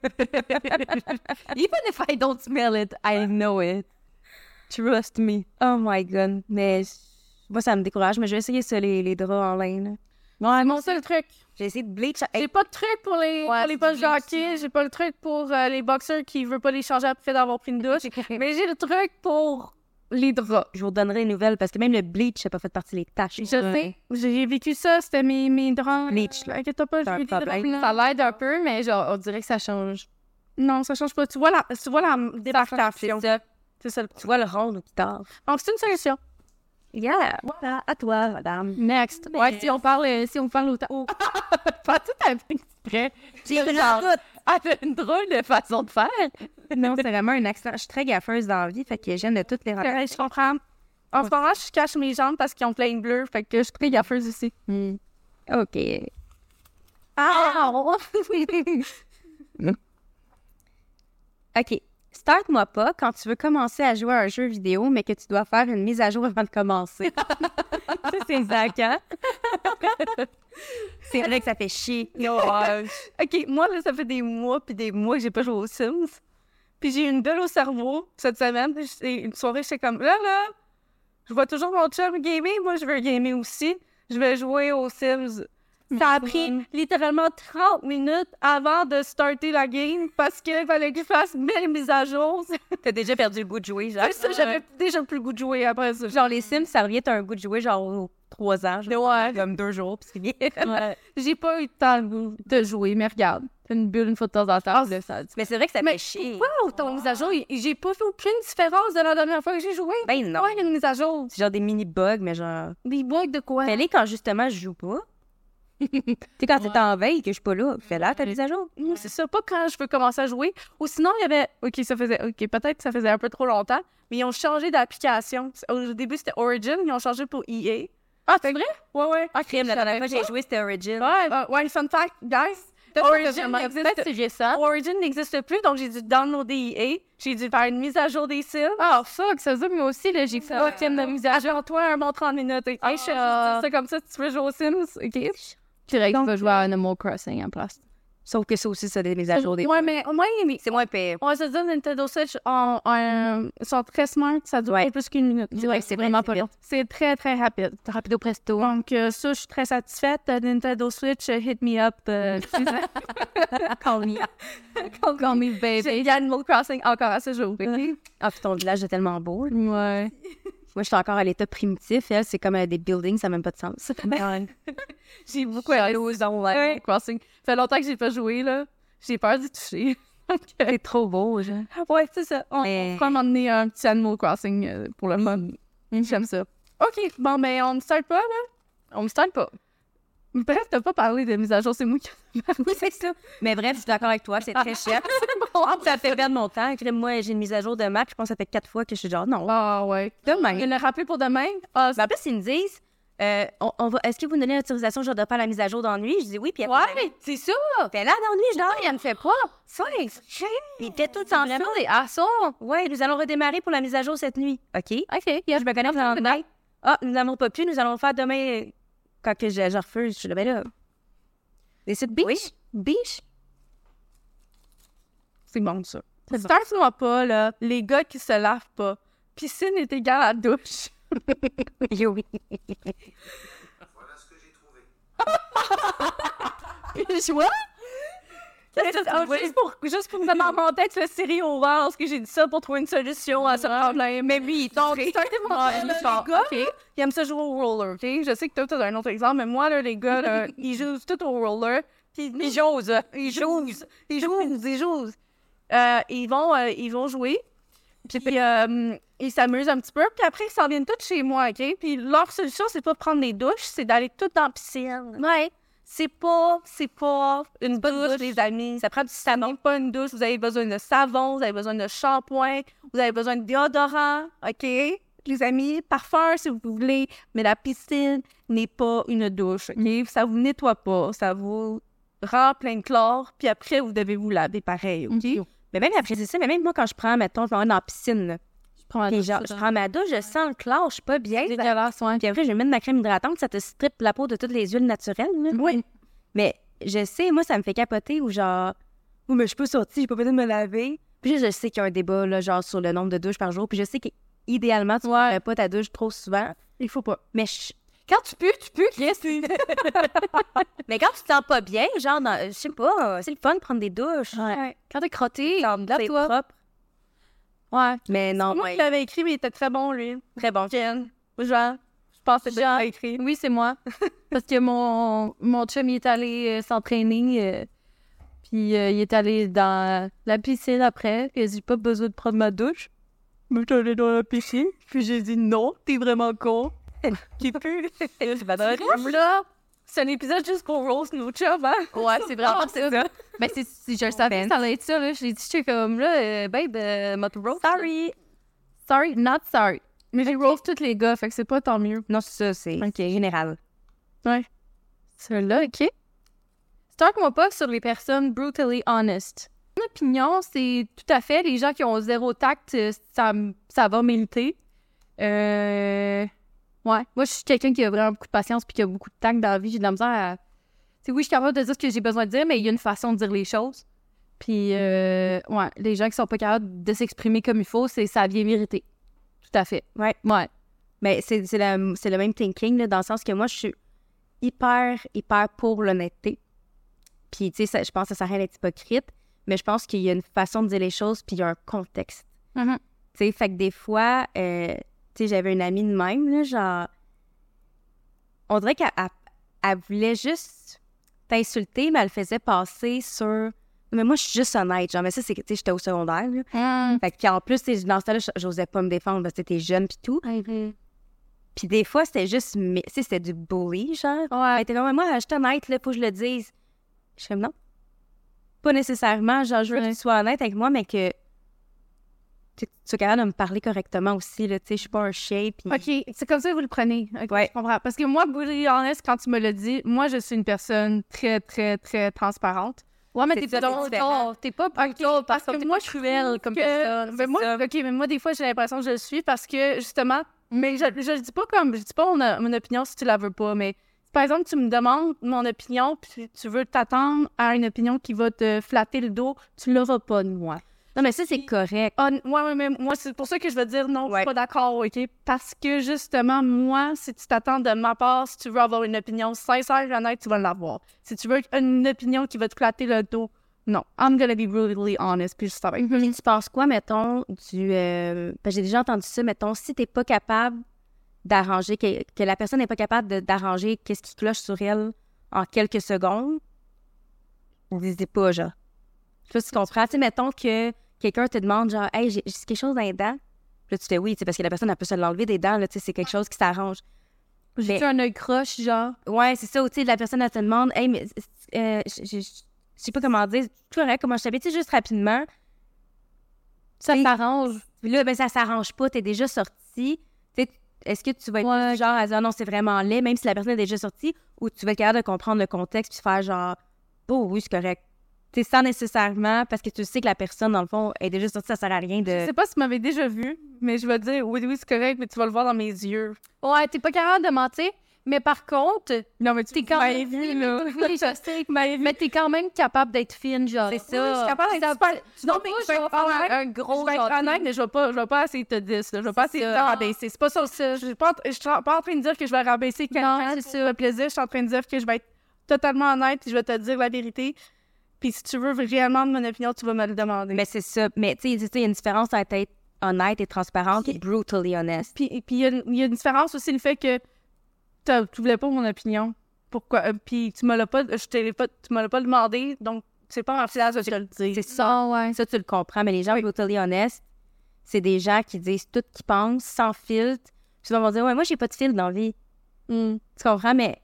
Even if I don't smell it, I know it. Trust me.
Oh my god. Mais je- moi, ça me décourage, mais je vais essayer ça, les, les draps en laine. là.
Ouais,
mon seul truc.
J'ai essayé de bleach.
J'ai pas de truc pour les,
Ouais,
pour les
c'est
poches
du
de hockey, j'ai pas le truc pour euh, les boxeurs qui veulent pas les changer après d'avoir pris une douche, mais j'ai le truc pour les draps.
Je vous donnerai une nouvelle parce que même le bleach, ça n'a pas fait partie des tâches.
Je sais, j'ai vécu ça, c'était mes, mes draps.
Bleach, là.
Inquiète-toi pas,
C'est
j'ai
un
eu des draps
problème.
blancs.
Ça l'aide un peu, mais genre, on dirait que ça change.
Non, ça change pas. Tu vois la, tu vois la démarcation.
C'est ça.
C'est ça le
Tu vois le rond au guitare.
Donc, c'est une solution.
Yeah. Voilà, à toi, madame.
Next. Ouais, si on parle, euh, si on parle autant.
Oh.
*laughs* Pas tout à fait exprès.
J'ai une
genre-
route.
Ah, c'est une drôle de façon de faire.
Non, c'est vraiment un accent. Je suis très gaffeuse dans la vie, fait que j'aime de toutes les rencontres.
Ouais, je comprends. En ce moment, je cache mes jambes parce qu'ils ont plein de bleu, fait que je suis très gaffeuse aussi.
Hmm. OK. *laughs*
Ah!
OK. Start-moi pas quand tu veux commencer à jouer à un jeu vidéo, mais que tu dois faire une mise à jour avant de commencer. *laughs* ça, c'est exact, hein? *laughs* c'est vrai que ça fait *laughs* chier.
OK, moi, là, ça fait des mois puis des mois que j'ai pas joué aux Sims. Puis j'ai eu une belle au cerveau cette semaine. C'est une soirée, j'étais comme, là, là, je vois toujours mon chum gamer. Moi, je veux gamer aussi. Je vais jouer aux Sims. Ça a pris littéralement 30 minutes avant de starter la game parce qu'il fallait que je fasse mes mises à jour.
T'as déjà perdu le goût de jouer, genre.
Après ça, J'avais déjà plus le goût de jouer après ça.
Genre, les Sims, ça revient à un goût de jouer, genre, aux trois ans. Genre,
Ouais.
Comme deux jours, puis c'est bien.
J'ai pas eu le temps de jouer, mais regarde.
une bulle une fois de temps en temps. là, ça-
*laughs* Mais c'est vrai que ça
Mais
fait chier.
Wow, ton mise à jour, il- j'ai pas fait aucune différence de la dernière fois que j'ai joué.
Ben non.
Ouais, il y a une mise à jour.
C'est genre des mini-bugs, mais genre.
Des bugs de quoi?
Fais-les quand justement je joue *laughs* pas. tu sais, quand t'es en veille que je suis pas là, fais-la ta mise à jour.
Non, c'est ça, pas quand je veux commencer à jouer. Ou sinon, il y avait. OK, ça faisait. OK, peut-être que ça faisait un peu trop longtemps, mais ils ont changé d'application. Au début, c'était Origin, ils ont changé pour
E
EA.
Ah,
c'est vrai? Ouais, ouais.
Ah, crime, la
je savais
dernière fois que j'ai
pas.
joué, c'était Origin.
Ouais, euh, ouais, fun fact, guys. Origin n'existe
j'ai ça.
Origin n'existe plus, donc j'ai dû downloader
E
EA. J'ai dû faire une mise à jour des Sims.
Ah, fuck, ça se dit, moi aussi, là, j'ai fait un thème de mise à jour.
Toi, un bon 30 minutes. et- Hey, je te
Ah.
dis ça comme ça, si tu veux jouer aux Sims, OK?
Direct, tu vas jouer à Animal Crossing en place.
Sauf que ça aussi, ça des mises à jour des.
euh, Ouais, mais, ouais, mais
C'est moins pire.
on va se dire, Nintendo Switch ont un- sont très smart, ça dure
Ouais.
pas plus qu'une minute.
Ouais, c'est vraiment pas long.
C'est très, très rapide.
Rapido presto.
Donc, euh, ça, je suis très satisfaite. Euh, Nintendo Switch, euh, hit me up. euh,
Call me.
Call me baby. Il y a Animal Crossing encore à ce jour. ok?
Ah, puis ton village est tellement beau. là.
Ouais.
Moi, je suis encore à l'état primitif. Elle, c'est comme euh, des buildings, ça n'a même pas de sens. *laughs*
J'ai beaucoup jalouse dans mon Animal Crossing. fait longtemps que j'ai pas joué, là. J'ai peur d'y toucher. *laughs* euh, Ah
c'est trop beau, genre.
ouais, c'est ça. On,
Mais-
on pourra m'emmener un petit Animal Crossing euh, pour le fun. J'aime ça. OK, bon, mais on me start pas, là. Mhm. On me start pas. Bref, t'as pas parlé de mise à jour, c'est moi qui ai parlé.
*laughs* Oui, c'est ça. Mais bref, je suis d'accord avec toi, c'est très cher. ça fait perdre mon temps. Crime, Moi, j'ai une mise à jour de map, je pense que ça fait quatre fois que je suis genre non.
Ah, ouais.
Demain.
Il l'a rappelé pour demain. Ah,
Ben, en plus, ils me disent euh, on, on va, est-ce que vous me donnez l'autorisation genre, de faire la mise à jour d'ennui Je dis oui, puis après,
Ben, Ouais, c'est ça.
fait là d'ennui, je dors.
Elle ne fait pas.
Ouais, Puis t'es tout en
Vraiment des assauts.
Ouais, nous allons redémarrer pour la mise à jour cette nuit. OK.
OK.
je me connecte dans le Ah, nous n'avons pas pu, nous allons le faire demain. euh, Quand que je, je refuse, je suis là, ben là. Décide,
Bitch.
oui. Biche.
C'est bon, ça. Start-moi pas, là. Les gars qui se lavent pas. Piscine est égale à douche. *laughs*
Yo, oui.
Voilà ce que j'ai trouvé.
*laughs* Je vois. juste, pour, juste pour me mettre dans mon tête le série au vent, parce que j'ai dit ça pour trouver une solution à ce problème. Mais oui, donc, startez mon *laughs* les gars, ils aiment ça jouer au roller, OK? Je sais que toi, t'as un autre exemple, mais moi, là, les gars, *laughs* là, ils jouent tout au roller. Puis, ils jouent, euh, ils jouent, ils jouent, ils jouent. Euh, ils, vont, euh, ils vont jouer, puis euh, ils s'amusent un petit peu, puis après, ils s'en viennent tous chez moi, OK? Puis leur solution, c'est pas de prendre des douches, c'est d'aller tout dans la piscine.
Ouais.
C'est pas, c'est pas une bonne douche, les amis. Ça prend du savon. pas une douche. Vous avez besoin de savon, vous avez besoin de shampoing, vous avez besoin de déodorant, OK? Les amis, parfum si vous voulez, mais la piscine n'est pas une douche, OK? Ça vous nettoie pas, ça vous rend plein de chlore, puis après, vous devez vous laver pareil, OK?
Mais même après, c'est ça, mais même moi, quand je prends, mettons, je m'en vais dans la piscine, là,
Je prends un
puis genre, je prends ma douche, je sens le chlore, je suis pas bien. ça- Puis après, je mets de ma crème hydratante, ça te strippe la peau de toutes les huiles naturelles. là.
Mm.
Oui.
Mais je sais, moi, ça me fait capoter ou genre, ou mais je peux sortir, j'ai pas besoin de me laver. Puis je sais qu'il y a un débat, là, genre, sur le nombre de douches par jour. Puis je sais qu'idéalement, tu ne pas ta douche trop souvent.
Il faut pas.
Mais, je-
Quand tu peux, tu peux, Chris.
*laughs* mais quand tu te sens pas bien, genre, dans- je sais pas, c'est le fun de prendre des douches.
Ouais. Quand t'es crotté,
C'est
lave-toi.
propre.
Ouais.
Mais non,
Moi,
ouais,
je l'avais écrit, mais il était très bon, lui.
très bon.
Ken. Jean. Je pense que c'est bien écrit.
Oui,
*laughs*
c'est moi. Parce que mon, mon chum, il est allé euh, s'entraîner. euh, puis euh, il est allé dans la piscine après. Puis il a dit pas besoin de prendre ma douche. Mais je suis allée dans la piscine. Puis j'ai dit non, t'es vraiment con.
Tu *laughs* peux.
Comme là, c'est un épisode juste qu'on roast nos chums, hein?
Ouais, c'est
*laughs*
vraiment ça. Mais c'est, si je le savais, que ça allait être ça. Là. J'ai dit, j'étais comme là, euh, babe, euh, m'a roast.
Sorry.
Sorry, not sorry. Mais j'ai roast tous les gars, fait que c'est pas tant mieux.
Non, c'est ça, c'est
Ok.
général.
Ceux-là, OK. Stalk-moi pas sur les personnes brutally honest. Mon opinion, c'est tout à fait les gens qui ont zéro tact, euh, ça, m- ça va m'éviter. Euh... Ouais. Moi, je suis quelqu'un qui a vraiment beaucoup de patience puis qui a beaucoup de tact dans la vie. J'ai de la misère à... Tu sais, oui, je suis capable de dire ce que j'ai besoin de dire, mais il y a une façon de dire les choses. Puis, euh, ouais, les gens qui sont pas capables de s'exprimer comme il faut, c'est ça vient mériter. Tout à fait.
Ouais.
Ouais.
Mais c'est c'est la- c'est le même thinking, là, dans le sens que moi, je suis hyper, hyper pour l'honnêteté. Puis, tu sais, ça- je pense que ça sert à rien d'être hypocrite, mais je pense qu'il y a une façon de dire les choses, puis il y a un contexte.
Mhm.
Tu sais, fait que des fois, euh, tu sais, j'avais une amie de même, là, genre, on dirait qu'elle elle- elle voulait juste t'insulter, mais elle le faisait passer sur. Mais moi, je suis juste honnête. Genre, mais ça, c'est que, tu sais, j'étais au secondaire. Là. Fait que, en plus, tu sais, dans ce temps-là, j'osais pas me défendre parce que t'es jeune pis tout. Puis des fois, c'était juste. Mais, tu sais, c'était du bully, genre. Ouais. Elle était comme, moi, je suis honnête, là, faut que je le dise. Je suis comme, non. Pas nécessairement. Genre, je veux que tu sois honnête avec moi, mais que. Tu tu sois capable de me parler correctement aussi, là. Tu sais, je suis pas un chien. Pis...
OK, c'est comme ça que vous le prenez. Ok,
Ouais.
Je comprends. Parce que moi, Bully Honest, quand tu me l'as dit, moi, je suis une personne très, très, très transparente. Ouais, mais
C'est
t'es
ça,
pas
c'est différent.
tort. T'es pas plutôt parce que moi, je cruelle comme personne. Mais moi, OK, mais moi, des fois, j'ai l'impression que je le suis parce que, justement, mais je, je le dis pas comme, je dis pas mon, mon opinion si tu la veux pas, mais si, par exemple, tu me demandes mon opinion puis tu veux t'attendre à une opinion qui va te flatter le dos, tu l'auras pas de moi.
Non, mais ça, c'est correct.
Ah, n- ouais, ouais, mais moi, c'est pour ça que je veux dire non, je
Ouais.
suis pas d'accord, OK? Parce que justement, moi, si tu t'attends de ma part, si tu veux avoir une opinion sincère et honnête, tu vas l'avoir. Si tu veux une opinion qui va te flatter le dos, non. I'm gonna be really honest, puis je savais.
Puis tu penses quoi, mettons, du. euh, parce que j'ai déjà entendu ça, mettons, si t'es pas capable d'arranger, que, que la personne n'est pas capable de- d'arranger qu'est-ce qui cloche sur elle en quelques secondes, n'hésitez pas, genre. Tu sais, tu comprends? Tu sais, mettons que quelqu'un te demande, genre, hey, j'ai j'ai quelque chose dans les dents. Puis là, tu fais oui, tu sais, parce que la personne, elle peut se l'enlever des dents, là, tu sais, c'est quelque chose qui s'arrange.
J'ai
Mais-
un œil croche, genre.
Ouais, c'est ça. Ou, tu sais, la personne, elle te demande, hey, mais, euh, je- je je- je sais pas comment dire, tu correct, comment je t'appelle, tu sais, juste rapidement.
Ça
Oui.
t'arrange.
Puis là, ben, ça s'arrange pas, t'es déjà sorti. Tu sais, Est-ce que tu vas être
Ouais.
du genre à dire ah non, c'est vraiment laid, même si la personne est déjà sortie, ou tu vas être capable de comprendre le contexte puis faire genre, oh oui, c'est correct. Tu sais, sans nécessairement, parce que tu sais que la personne, dans le fond, est déjà sortie, ça sert à rien
Je
de.
sais pas si tu m'avais déjà vu, mais je vais te dire, oui, oui, c'est correct, mais tu vas le voir dans mes yeux. Ouais, t'es pas capable de mentir, mais par contre,
Non, mais tu
t'es quand même... Oui, je sais, mais t'es quand même capable d'être fine, genre.
C'est ça.
Je suis capable d'être
Ça-
super-
Non,
Non, mais
mais
je vais
je vais
faire
être-
un gros
je vais être
gentil.
honnête, mais je vais pas, je vais pas essayer de te dire ça. Je vais pas essayer de te
ça.
rabaisser. C'est pas ça. Je suis pas, en- je suis pas en train de dire que je vais rabaisser
Non,
quelqu'un
c'est
pour le plaisir. Je suis en train de dire que je vais être totalement honnête et je vais te dire la vérité. Puis si tu veux réellement de mon opinion, tu vas me le demander.
Mais c'est ça. Mais tu sais, c'est ça, il y a une différence entre être honnête et transparente et brutally honest.
Puis puis il y, a une- il y a une différence aussi le fait que t'as- tu voulais pas mon opinion. Pourquoi? Euh, Puis tu me l'as pas, je t'ai pas, tu me l'as pas demandé, donc c'est pas en place de te le dire.
C'est
Ah.
ça. Hein, Ça, tu le comprends. Mais les gens brutally honest, c'est des gens qui disent tout ce qu'ils pensent, sans filtre. Puis souvent, ils vont dire, ouais, moi, j'ai pas de filtre dans la vie.
Hmm.
Tu comprends, mais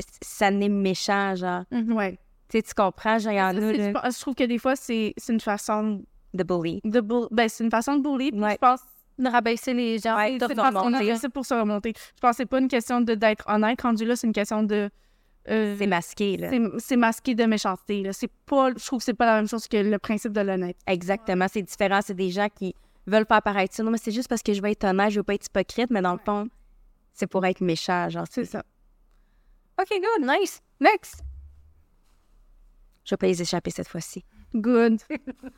c- ça n'est méchant, genre.
Ouais.
Tu sais, tu comprends, genre, il y en
Ça,
a,
c'est
là,
du- je trouve que des fois, c'est c'est une façon
de bully.
de bull- ben, c'est une façon de bully, puis
Ouais.
je pense
de rabaisser les gens.
Ouais,
c'est
de
une façon-
remonter.
c'est pour se remonter. Je pense que c'est pas une question de d'être honnête, rendu là, c'est une question de euh,
C'est masqué, là.
c'est- c'est masqué de méchanceté. là. C'est pas je trouve que c'est pas la même chose que le principe de l'honnêteté.
Exactement, c'est différent. C'est des gens qui veulent faire paraître ça. Non, mais c'est juste parce que je veux être honnête, je veux pas être hypocrite, mais dans le fond, c'est pour être méchant, genre.
C'est ça.
OK, good, nice. Next.
Je vais pas les échapper cette fois-ci.
*laughs*
Good.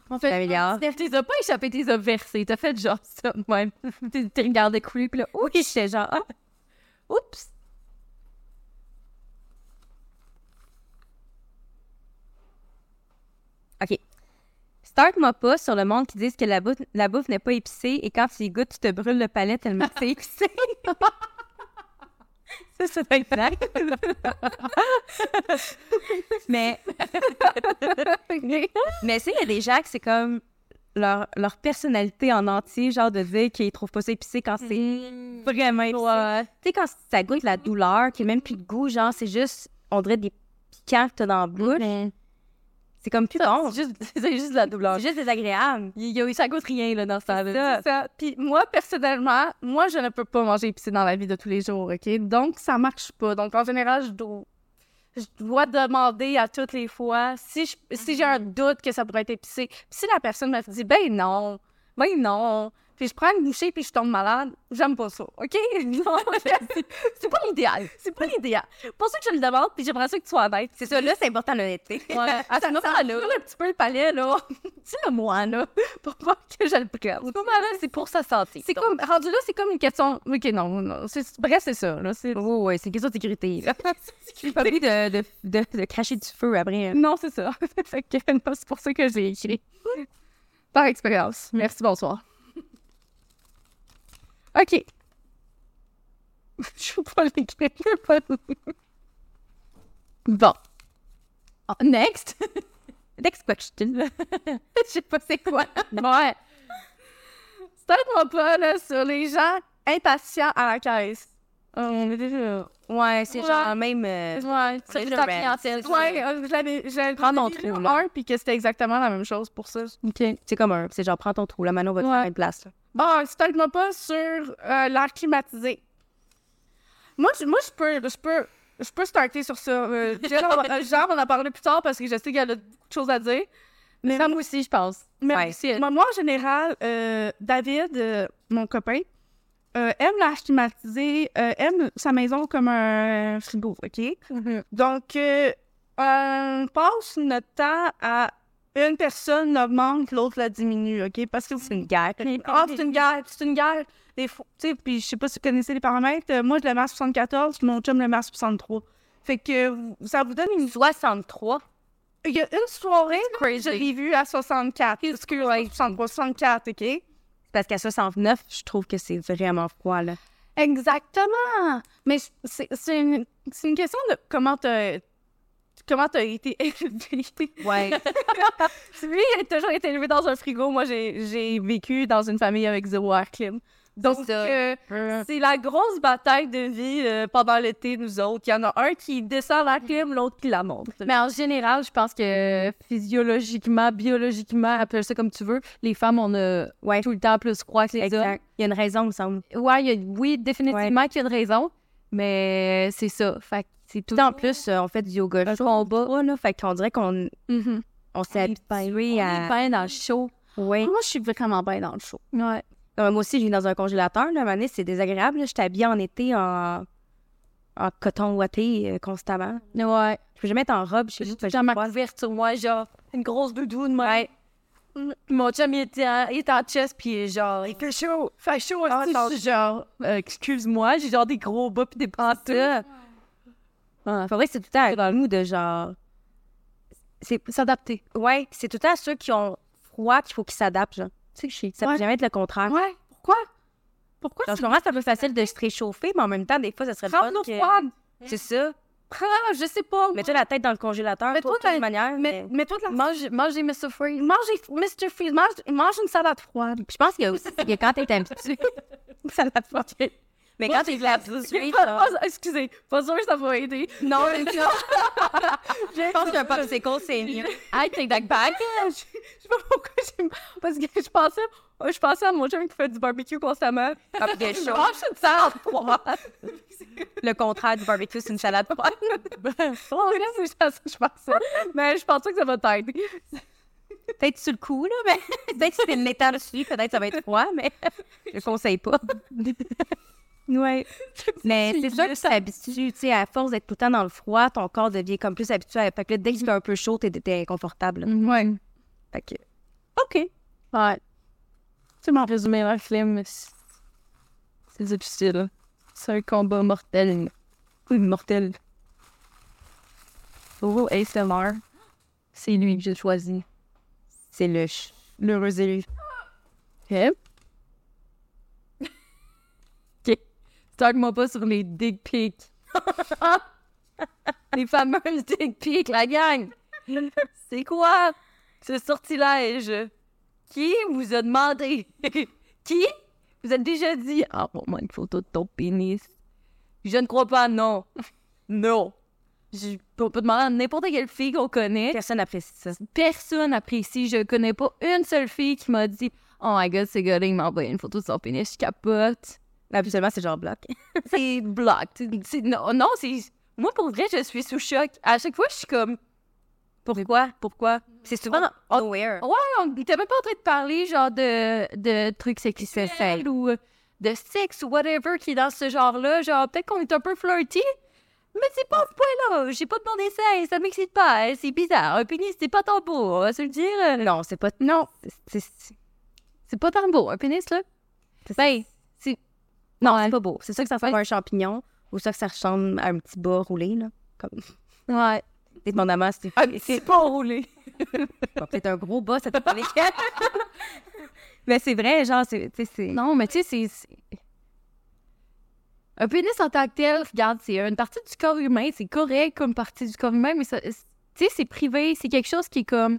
On fait.
Familiar.
Steph, t'es pas échappé, t'es versé. T'as fait genre ça de même. *laughs* T'es t'es regardé creep, là.
*laughs* Oui, j'étais genre, ah, oups. OK. Start-moi pas sur le monde qui disent que la, bouffe- la bouffe n'est pas épicée et quand tu y goûtes, tu te brûles le palais tellement que c'est épicé. *laughs* ça, c'est un blague. *laughs* Mais mais tu sais, il y a des gens que c'est comme leur, leur personnalité en entier, genre de dire qu'ils trouvent pas ça épicé quand c'est
Mm.
vraiment épicé. Tu sais, quand ça goûte la douleur, qu'il n'y a même plus de goût, genre, c'est juste, on dirait des piquants que t'as dans la bouche. C'est comme plus bon.
C'est juste, *laughs* c'est juste de la douleur.
C'est juste désagréable.
Il y a eu ça goûte rien, là, dans ça.
Ça.
C'est ça. Puis moi, personnellement, moi, je ne peux pas manger épicé dans la vie de tous les jours, OK? Donc, ça marche pas. Donc, en général, je dois, je dois demander à toutes les fois si je- si j'ai un
Mhm.
doute que ça pourrait être épicé. Puis si la personne me dit, ben non, ben non, puis je prends une bouchée puis je tombe malade, j'aime pas ça, OK? Non, c'est- c'est pas l'idéal. C'est pas l'idéal. Pour ça que je le demande, puis j'aimerais ça que tu sois honnête.
C'est ça, là, c'est important l'honnêteté.
Ouais. Ah, ça me prend un petit peu le palais, là. Dis-le-moi, là, pour pas que je le prenne.
C'est pas malade, c'est pour sa santé.
C'est comme, rendu là, c'est comme une question. Ok, non, non. c'est- Bref, c'est ça. Là, c'est...
Oh, ouais, c'est une question de sécurité. là. J'ai pas envie de, de, de, de cracher du feu après.
Non, c'est ça. *laughs* Fait que, non, c'est pour ça que j'ai écrit. Par expérience. Merci, bonsoir. Ok. Je peux pas l'écrire. je peux pas le- Bon.
Oh, next! next question.
*laughs*
Je sais pas c'est quoi.
Ouais. Peut-être pas, là, sur les gens impatients à la caisse.
Oh, Ouais, c'est genre même... euh,
Ouais,
c'est
le
ta
brand.
clientèle, ça.
Ouais, euh, je l'avais- j'avais
Prends mon
j'avais
trou,
lu
là.
un, puis que c'était exactement la même chose pour ça.
C'est comme un... C'est genre, prends ton trou, là, Manon va te
Ouais.
faire une place. là.
Bon, c'est peut-être pas sur euh, l'air climatisé. Moi, je, moi, je peux, je peux, je peux starter sur ça. Euh, Jen, on va- euh, Jean, on en parler plus tard parce que je sais qu'elle a beaucoup de choses à dire. Mais
Sam aussi, je pense.
Mais
Ouais.
c'est- moi, moi, en général, euh, David, euh, mon copain, euh, aime la climatiser, euh, aime sa maison comme un frigo, OK? Donc, euh, on passe notre temps à... Une personne l'augmente, l'autre la diminue, OK? Parce que
C'est une guerre.
ah, c'est une guerre, c'est une guerre. Des fois, tu sais, puis je sais pas si vous connaissez les paramètres. euh, moi, je le masse 74, mon chum le masse 63. Fait que vous- ça vous donne une.
63.
Il y a une soirée, là, je l'ai vue à 64. Excusez-moi, 63, 64, OK?
C'est parce qu'à 69, je trouve que c'est vraiment froid, là.
Exactement! Mais je- c'est c'est une, c'est une question de comment t'as comment t'as été élevé.
*laughs* Ouais.
Lui, il a toujours été élevé dans un frigo. Moi, j'ai j'ai vécu dans une famille avec zéro air clim. Donc,
ça.
euh, c'est la grosse bataille de vie euh, pendant l'été, nous autres. Il y en a un qui descend la clim, l'autre qui la monte.
Mais en général, je pense que physiologiquement, biologiquement, appelle ça comme tu veux, les femmes, on a
Ouais.
tout le temps plus froid que les hommes.
Exact. Il y a une raison, il me semble.
Ouais, il y a- oui, définitivement qu'il y a une raison, mais c'est ça. Fait que c'est tout.
Puis en plus, euh, on fait du yoga chaud. Mm-hmm. combat. Là, fait qu'on dirait qu'on
Mhm.
on
On
s'est
est On
habitué
est
à...
bien dans le chaud.
Ouais.
Moi, je suis vraiment bien dans le chaud.
Ouais.
Non, moi aussi, je vis dans un congélateur. Là, à un moment donné, c'est désagréable. là. J'étais habillée en été en, en coton ouaté euh, constamment.
Ouais.
Je peux jamais être en robe chez
J'ai
nous.
tout le
parce
temps
que
ma
je croise.
couverture, moi, genre, une grosse doudoune, moi. Mon chum, il était en, il était en chest, puis il est genre, il fait chaud, fait chaud,
Ah,
aussi.
t'as-
Je suis genre, euh, excuse-moi, j'ai genre des gros bas puis des pantalons.
Ça. Ouais, Pour vrai, c'est tout le temps à- dans nous de genre. C'est...
S'adapter.
Ouais, c'est tout le temps à ceux qui ont froid qu'il faut qu'ils s'adaptent. Genre.
Tu sais que je suis.
Ça peut jamais être le contraire.
Ouais, pourquoi? Pourquoi
Genre, je
tu
comprends, c'est un peu facile de se réchauffer, mais en même temps, des fois, ça serait le
prends
fun.
l'eau
que-
froide?
C'est ça.
Ah,
Prends, je sais pas.
Mets-toi la tête dans le congélateur,
Mais
toi,
toi,
de toute
t'as-
manière.
Mais,
mais-
mets-toi de la...
Mange, manger mes Freeze.
Mange, Mr. Freeze, mange, mange une salade froide.
Puis je pense qu'il y a
*laughs*
aussi que quand t'es habitué. ça l'a pas. *laughs* Mais quand t'es habitué,
Pas-
genre.
pas- excusez, pas sûr que ça va aider.
Non, mais non. *laughs* Je pense qu'un popsicle, c'est mieux. I take that *laughs* back.
je je sais
tipo,
pas pourquoi j'ai... Parce que je pensais... Je pensais à mon chum qui fait du barbecue constamment. Ah,
des
Je *laughs*
choses.
mange une salade froide.
Le contraire du barbecue, c'est une salade
*laughs*
froide.
Oh, là, c'est juste à ça que je pensais. Mais je pense pas que ça va t'aider.
Peut-être sur le coup, là, mais *laughs* peut-être si t'es le mettant dessus, peut-être ça va être froid, mais je le conseille
*laughs*
pas. ouais. Mais c'est sûr que tu t'habitues, tu sais, à force d'être tout le temps dans le froid, ton corps devient comme plus habitué. à- Fait que là, dès que c'est un peu chaud, t'es- t'es inconfortable. là.
Ouais.
Fait que.
OK.
Ouais. Tu m'en résumé la film, c'est c'est difficile. C'est un combat mortel. Oui, mortel. Oh, ASMR. C'est lui que j'ai choisi.
C'est le ch- l'heureux élu.
OK. *laughs* OK. Start-moi pas sur les dick pics. les fameuses dick pics, la gang. C'est quoi ce sortilège? Qui vous a demandé? *laughs* Qui vous a déjà dit « Ah, bon, moi, une photo de ton pénis. » Je ne crois pas, non. *laughs* non. Je peux pas demander à n'importe quelle fille qu'on connaît
Personne n'apprécie ça.
personne apprécie. Je connais pas une seule fille qui m'a dit Oh my god, ce gars-là, il m'a envoyé une photo de son pénis, je capote. *laughs*
Habituellement, c'est genre bloc.
C'est blocked. C'est- Non, non c'est. Moi, pour vrai, je suis sous choc. À chaque fois, je suis comme Pourquoi Pourquoi
C'est souvent
on-
nowhere.
Ouais, on était même pas en train de parler, genre, de, de trucs sexuels ou euh, de sexe ou whatever qui est dans ce genre-là. Genre, peut-être qu'on est un peu flirty, mais c'est pas à ce point-là. J'ai pas demandé ça et ça m'excite pas. hein, C'est bizarre. Un pénis, c'est pas tant beau. On va se le dire. euh,
oh. Non, c'est pas. Non. C'est
C'est pas tant beau, un pénis, là.
c'est-
Ben, c'est. Non, c'est pas beau.
c'est ça que ça ressemble à un champignon ou ça que ça ressemble à un petit bas roulé, là. Comme,
Ouais.
dépendamment, c'est
C'est pas roulé.
bon, peut-être un gros bas, ça te *laughs* parle.
Ben,
Mais c'est vrai, genre, c'est. tu sais, c'est-
Non, mais tu sais, c'est- c'est. Un pénis en tant que tel, regarde, c'est une partie du corps humain. C'est correct comme partie du corps humain, mais ça. Tu sais, c'est privé, c'est quelque chose qui est comme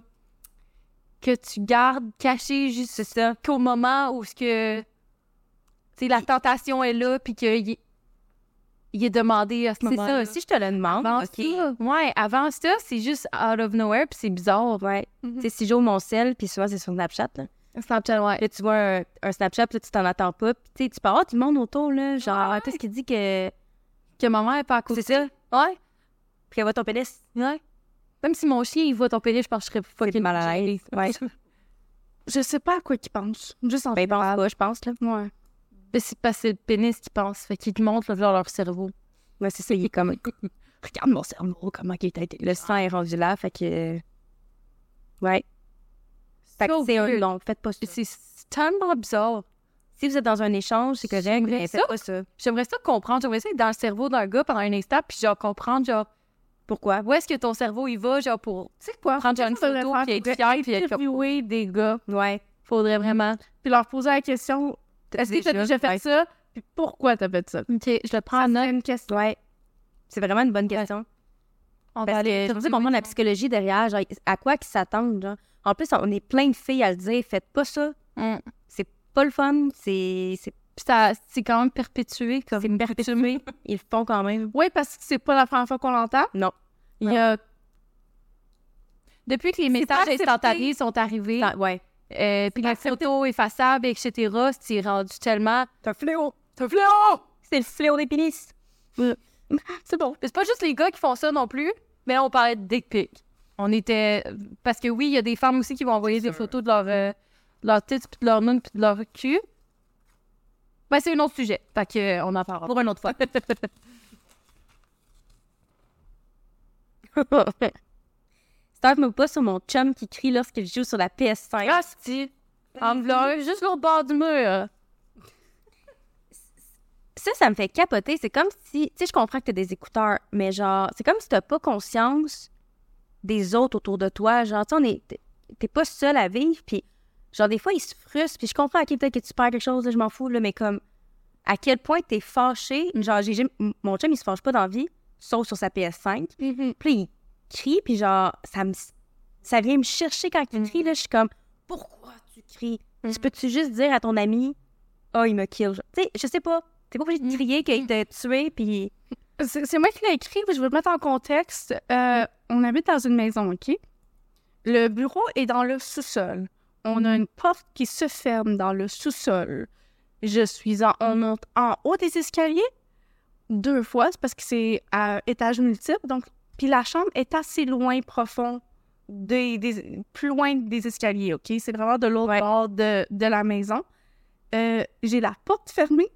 que tu gardes caché juste ça qu'au moment où ce que tu sais la tentation est là puis qu'il est, il est demandé à ce
C'est
moment-là.
ça, si je te le demande,
Ah,
Avant
ok.
ça, ouais, avant ça, c'est juste out of nowhere puis c'est bizarre.
Ouais. Tu sais, si j'ouvre mon sel, puis souvent c'est sur Snapchat, là.
Snapchat, ouais.
Puis là, tu vois un, un Snapchat, puis là, tu t'en attends pas. Puis tu sais, tu peux avoir du monde autour, là. Genre, qu'est-ce qu'il dit que.
Que ma mère est pas à côté.
C'est ça?
Ouais,
Puis elle voit ton pénis.
ouais. Même si mon chien, il voit ton pénis, je pense que je serais
T'es
fucking
mal à l'aise.
*laughs*
Ouais.
Je sais pas à quoi qu'ils pensent. Juste en
Ben, il pense pas, je pense, là.
Ouais.
Mais c'est parce que c'est le pénis qui pense, fait qu'ils te montrent dans leur cerveau.
Ouais, c'est ça, il est *laughs* comme. Regarde mon cerveau, comment il est Le sang est rendu là, fait que. Ouais. Fait que
So
c'est un
weird.
non, faites pas ça.
C'est c'est tellement bizarre.
Si vous êtes dans un échange, c'est correct, mais
ça.
faites pas ça.
J'aimerais ça comprendre. J'aimerais ça être dans le cerveau d'un gars pendant un instant, puis genre comprendre, genre,
Pourquoi?
où est-ce que ton cerveau il va, genre, pour
C'est quoi?
prendre genre, une
Faudrait
photo,
faire-
puis être
faudrait
fier, puis être comme,
interviewer des gars.
Ouais.
faudrait vraiment.
Puis leur poser la question est-ce que t'as
Déjà,
déjà fait
ouais.
ça? Puis pourquoi t'as fait ça?
Ok, je le prends en note.
Une question.
Ouais. C'est vraiment une bonne question.
On va
Parce
aller.
que tu comprends la psychologie derrière, genre, à quoi qu'ils s'attendent, genre. En plus, on est plein de filles à le dire, faites pas ça.
Mm.
C'est pas le fun, c'est... c'est-
Puis ça, c'est quand même perpétué comme.
C'est perpétué. Ils le font quand même.
Oui, parce que c'est pas la première fois qu'on l'entend.
Non.
Il y a- Depuis que les messages
pas accepté.
instantanés sont arrivés,
Ça- ouais.
euh, puis la photo effaçable, etc., c'est rendu tellement.
C'est un fléau.
T'as fléau!
C'est le fléau des pénis. Mm. *laughs*
C'est bon.
Mais c'est pas juste les gars qui font ça non plus, mais là, on parlait de dick pic. On était. Parce que oui, il y a des femmes aussi qui vont envoyer des photos de leur, euh, de leur tits, puis de leur nun, puis de leur cul. Ben, c'est un autre sujet. Fait que, euh, on en parlera pour une autre fois.
Steve me pas sur mon chum qui crie lorsqu'il joue sur la PS5.
*laughs* Rasti! En voulant juste l'autre bord du mur.
Ça, ça me fait capoter. C'est comme si... Tu sais, je comprends que t'as des écouteurs, mais genre, c'est comme si t'as pas conscience des autres autour de toi. Genre, tu sais, on est... t'es- T'es pas seul à vivre, puis genre, des fois, ils se frustrent, puis je comprends, OK, peut-être que tu perds quelque chose, là, je m'en fous, là, mais comme, à quel point t'es fâché. Genre, j'ai... j'ai- mon chum, il se fâche pas dans la vie, sauf sur sa PS5. Puis là, il crie, puis genre, ça me... Ça vient me chercher quand il
Mhm.
crie, là, je suis comme, pourquoi tu cries? Tu peux-tu juste dire à ton ami, oh, il me kill? genre? Tu sais, je sais pas. T'es pas obligé
Mhm.
de crier qu'il t'a tué, puis
C'est c'est moi qui l'ai écrit, mais je veux le mettre en contexte. Euh, on habite dans une maison, OK? Le bureau est dans le sous-sol. On
Mhm.
a une porte qui se ferme dans le sous-sol. Je suis en, on monte en haut des escaliers deux fois, c'est parce que c'est à étage multiple. Donc, puis la chambre est assez loin profond, des, des- plus loin des escaliers, OK? C'est vraiment de l'autre bord de, de la maison. Euh, J'ai la porte fermée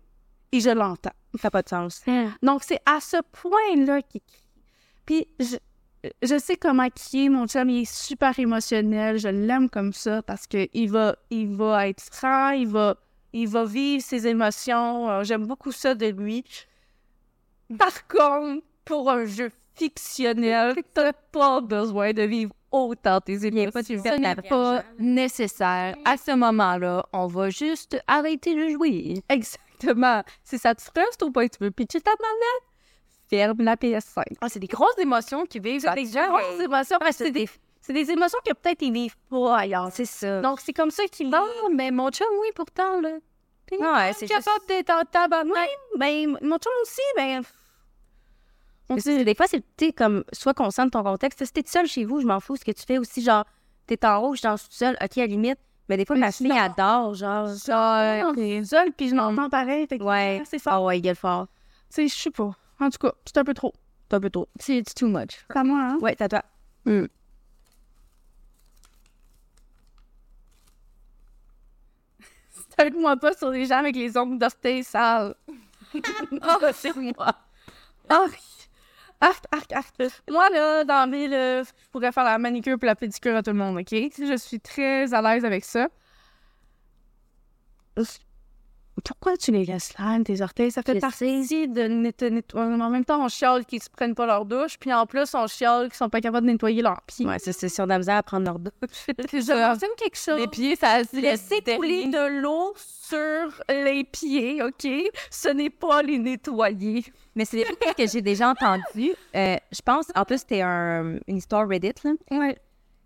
et je l'entends.
ça n'a pas de sens.
Donc, c'est à ce point-là qu'il crie. Puis, je, je sais comment qui est, mon chum, il est super émotionnel, je l'aime comme ça, parce que il va, il va être franc, il va, il va vivre ses émotions, Euh, j'aime beaucoup ça de lui. Par contre, pour un jeu fictionnel, t'as pas besoin de vivre autant tes émotions.
Ce n'est pas nécessaire. À ce moment-là, on va juste arrêter de jouer.
Exactement. Si ça te frustre ou pas, tu veux pitcher ta manette, ferme la PS5.
Ah, c'est des grosses émotions qui vivent.
C'est des grosses émotions. c'est des, c'est des émotions que peut-être ils vivent pas ailleurs.
C'est ça.
Donc, c'est comme ça qu'ils
Non, mais mon chum, oui, pourtant, là. Puis,
Ouais, c'est juste...
capable d'être en tabac.
Ben, mon chum aussi, ben...
Mais c'est- Des fois, c'est, tu sais, comme, sois conscient de ton contexte. Si t'es tout seul chez vous, je m'en fous ce que tu fais aussi, genre, t'es en haut, je suis dans le sous-sol, OK, à la limite. Mais des fois, ma fille adore, genre...
Genre, je suis seule, puis je l'entends Ah. pareil. Fait que
Ouais.
c'est fort.
Ah ouais, il gueule fort.
Tu sais, je sais pas. En tout cas, c'est un peu trop.
C'est un peu tôt.
C'est it's too much.
C'est à moi, hein?
Ouais, t'as toi.
Stun-moi pas sur les gens avec les ongles d'orteil
*laughs*
sales.
Ah,
oh, c'est moi. Arc. Arc, arc, arc. Moi, là, dans mes là, je pourrais faire la manicure puis la pédicure à tout le monde, OK? Je suis très à l'aise avec ça.
pourquoi tu les laisses là, tes orteils? Ça fait
Je
partie.
Partie de netto- netto- En même temps, on chiale qu'ils se prennent pas leur douche, puis en plus, on chiale qu'ils sont pas capables de nettoyer leurs pieds.
Ouais, c'est c'est sûr de la misère à prendre leur douche.
J'imagine quelque chose.
Les pieds, ça se
Laisser couler de l'eau sur *laughs* les pieds, OK? Ce n'est pas les nettoyer.
Mais c'est des trucs que j'ai déjà entendu. Euh, je pense, en plus, c'était un- une histoire Reddit, là.
Ouais.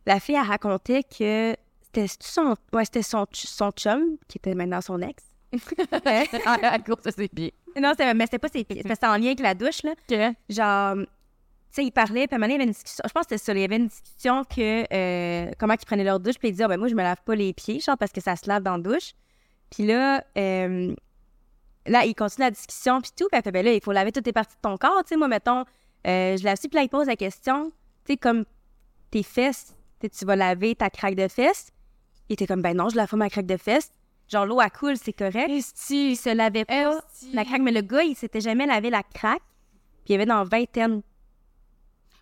La fille, elle racontait que c'était son, ouais, c'était son, ch- son chum, qui était maintenant son
*laughs*
ex.
à, *laughs* à course de ses pieds.
Non, c'était- mais c'était pas ses pieds. C'était parce que c'était en lien avec la douche, là. Genre, tu sais, ils parlaient, puis à un moment donné, il y avait une discussion. Je pense que c'était ça. Il y avait une discussion que euh, comment ils prenaient leur douche, puis ils disaient, Ah, ben moi, je me lave pas les pieds, genre, parce que ça se lave dans la douche. Puis là, euh, là, ils continuent la discussion, puis tout. Puis elle fait, ben là, il faut laver toutes les parties de ton corps. Tu sais, moi, mettons, euh, je lave si, puis là, il pose la question, tu sais, comme tes fesses, tu sais, tu vas laver ta craque de fesses. Il était comme, ben non, je lave pas ma craque de fesses. Genre, l'eau, elle coule, c'est correct. Il se lavait pas la craque, mais le gars, il s'était jamais lavé la craque. Puis il y avait dans vingtaine.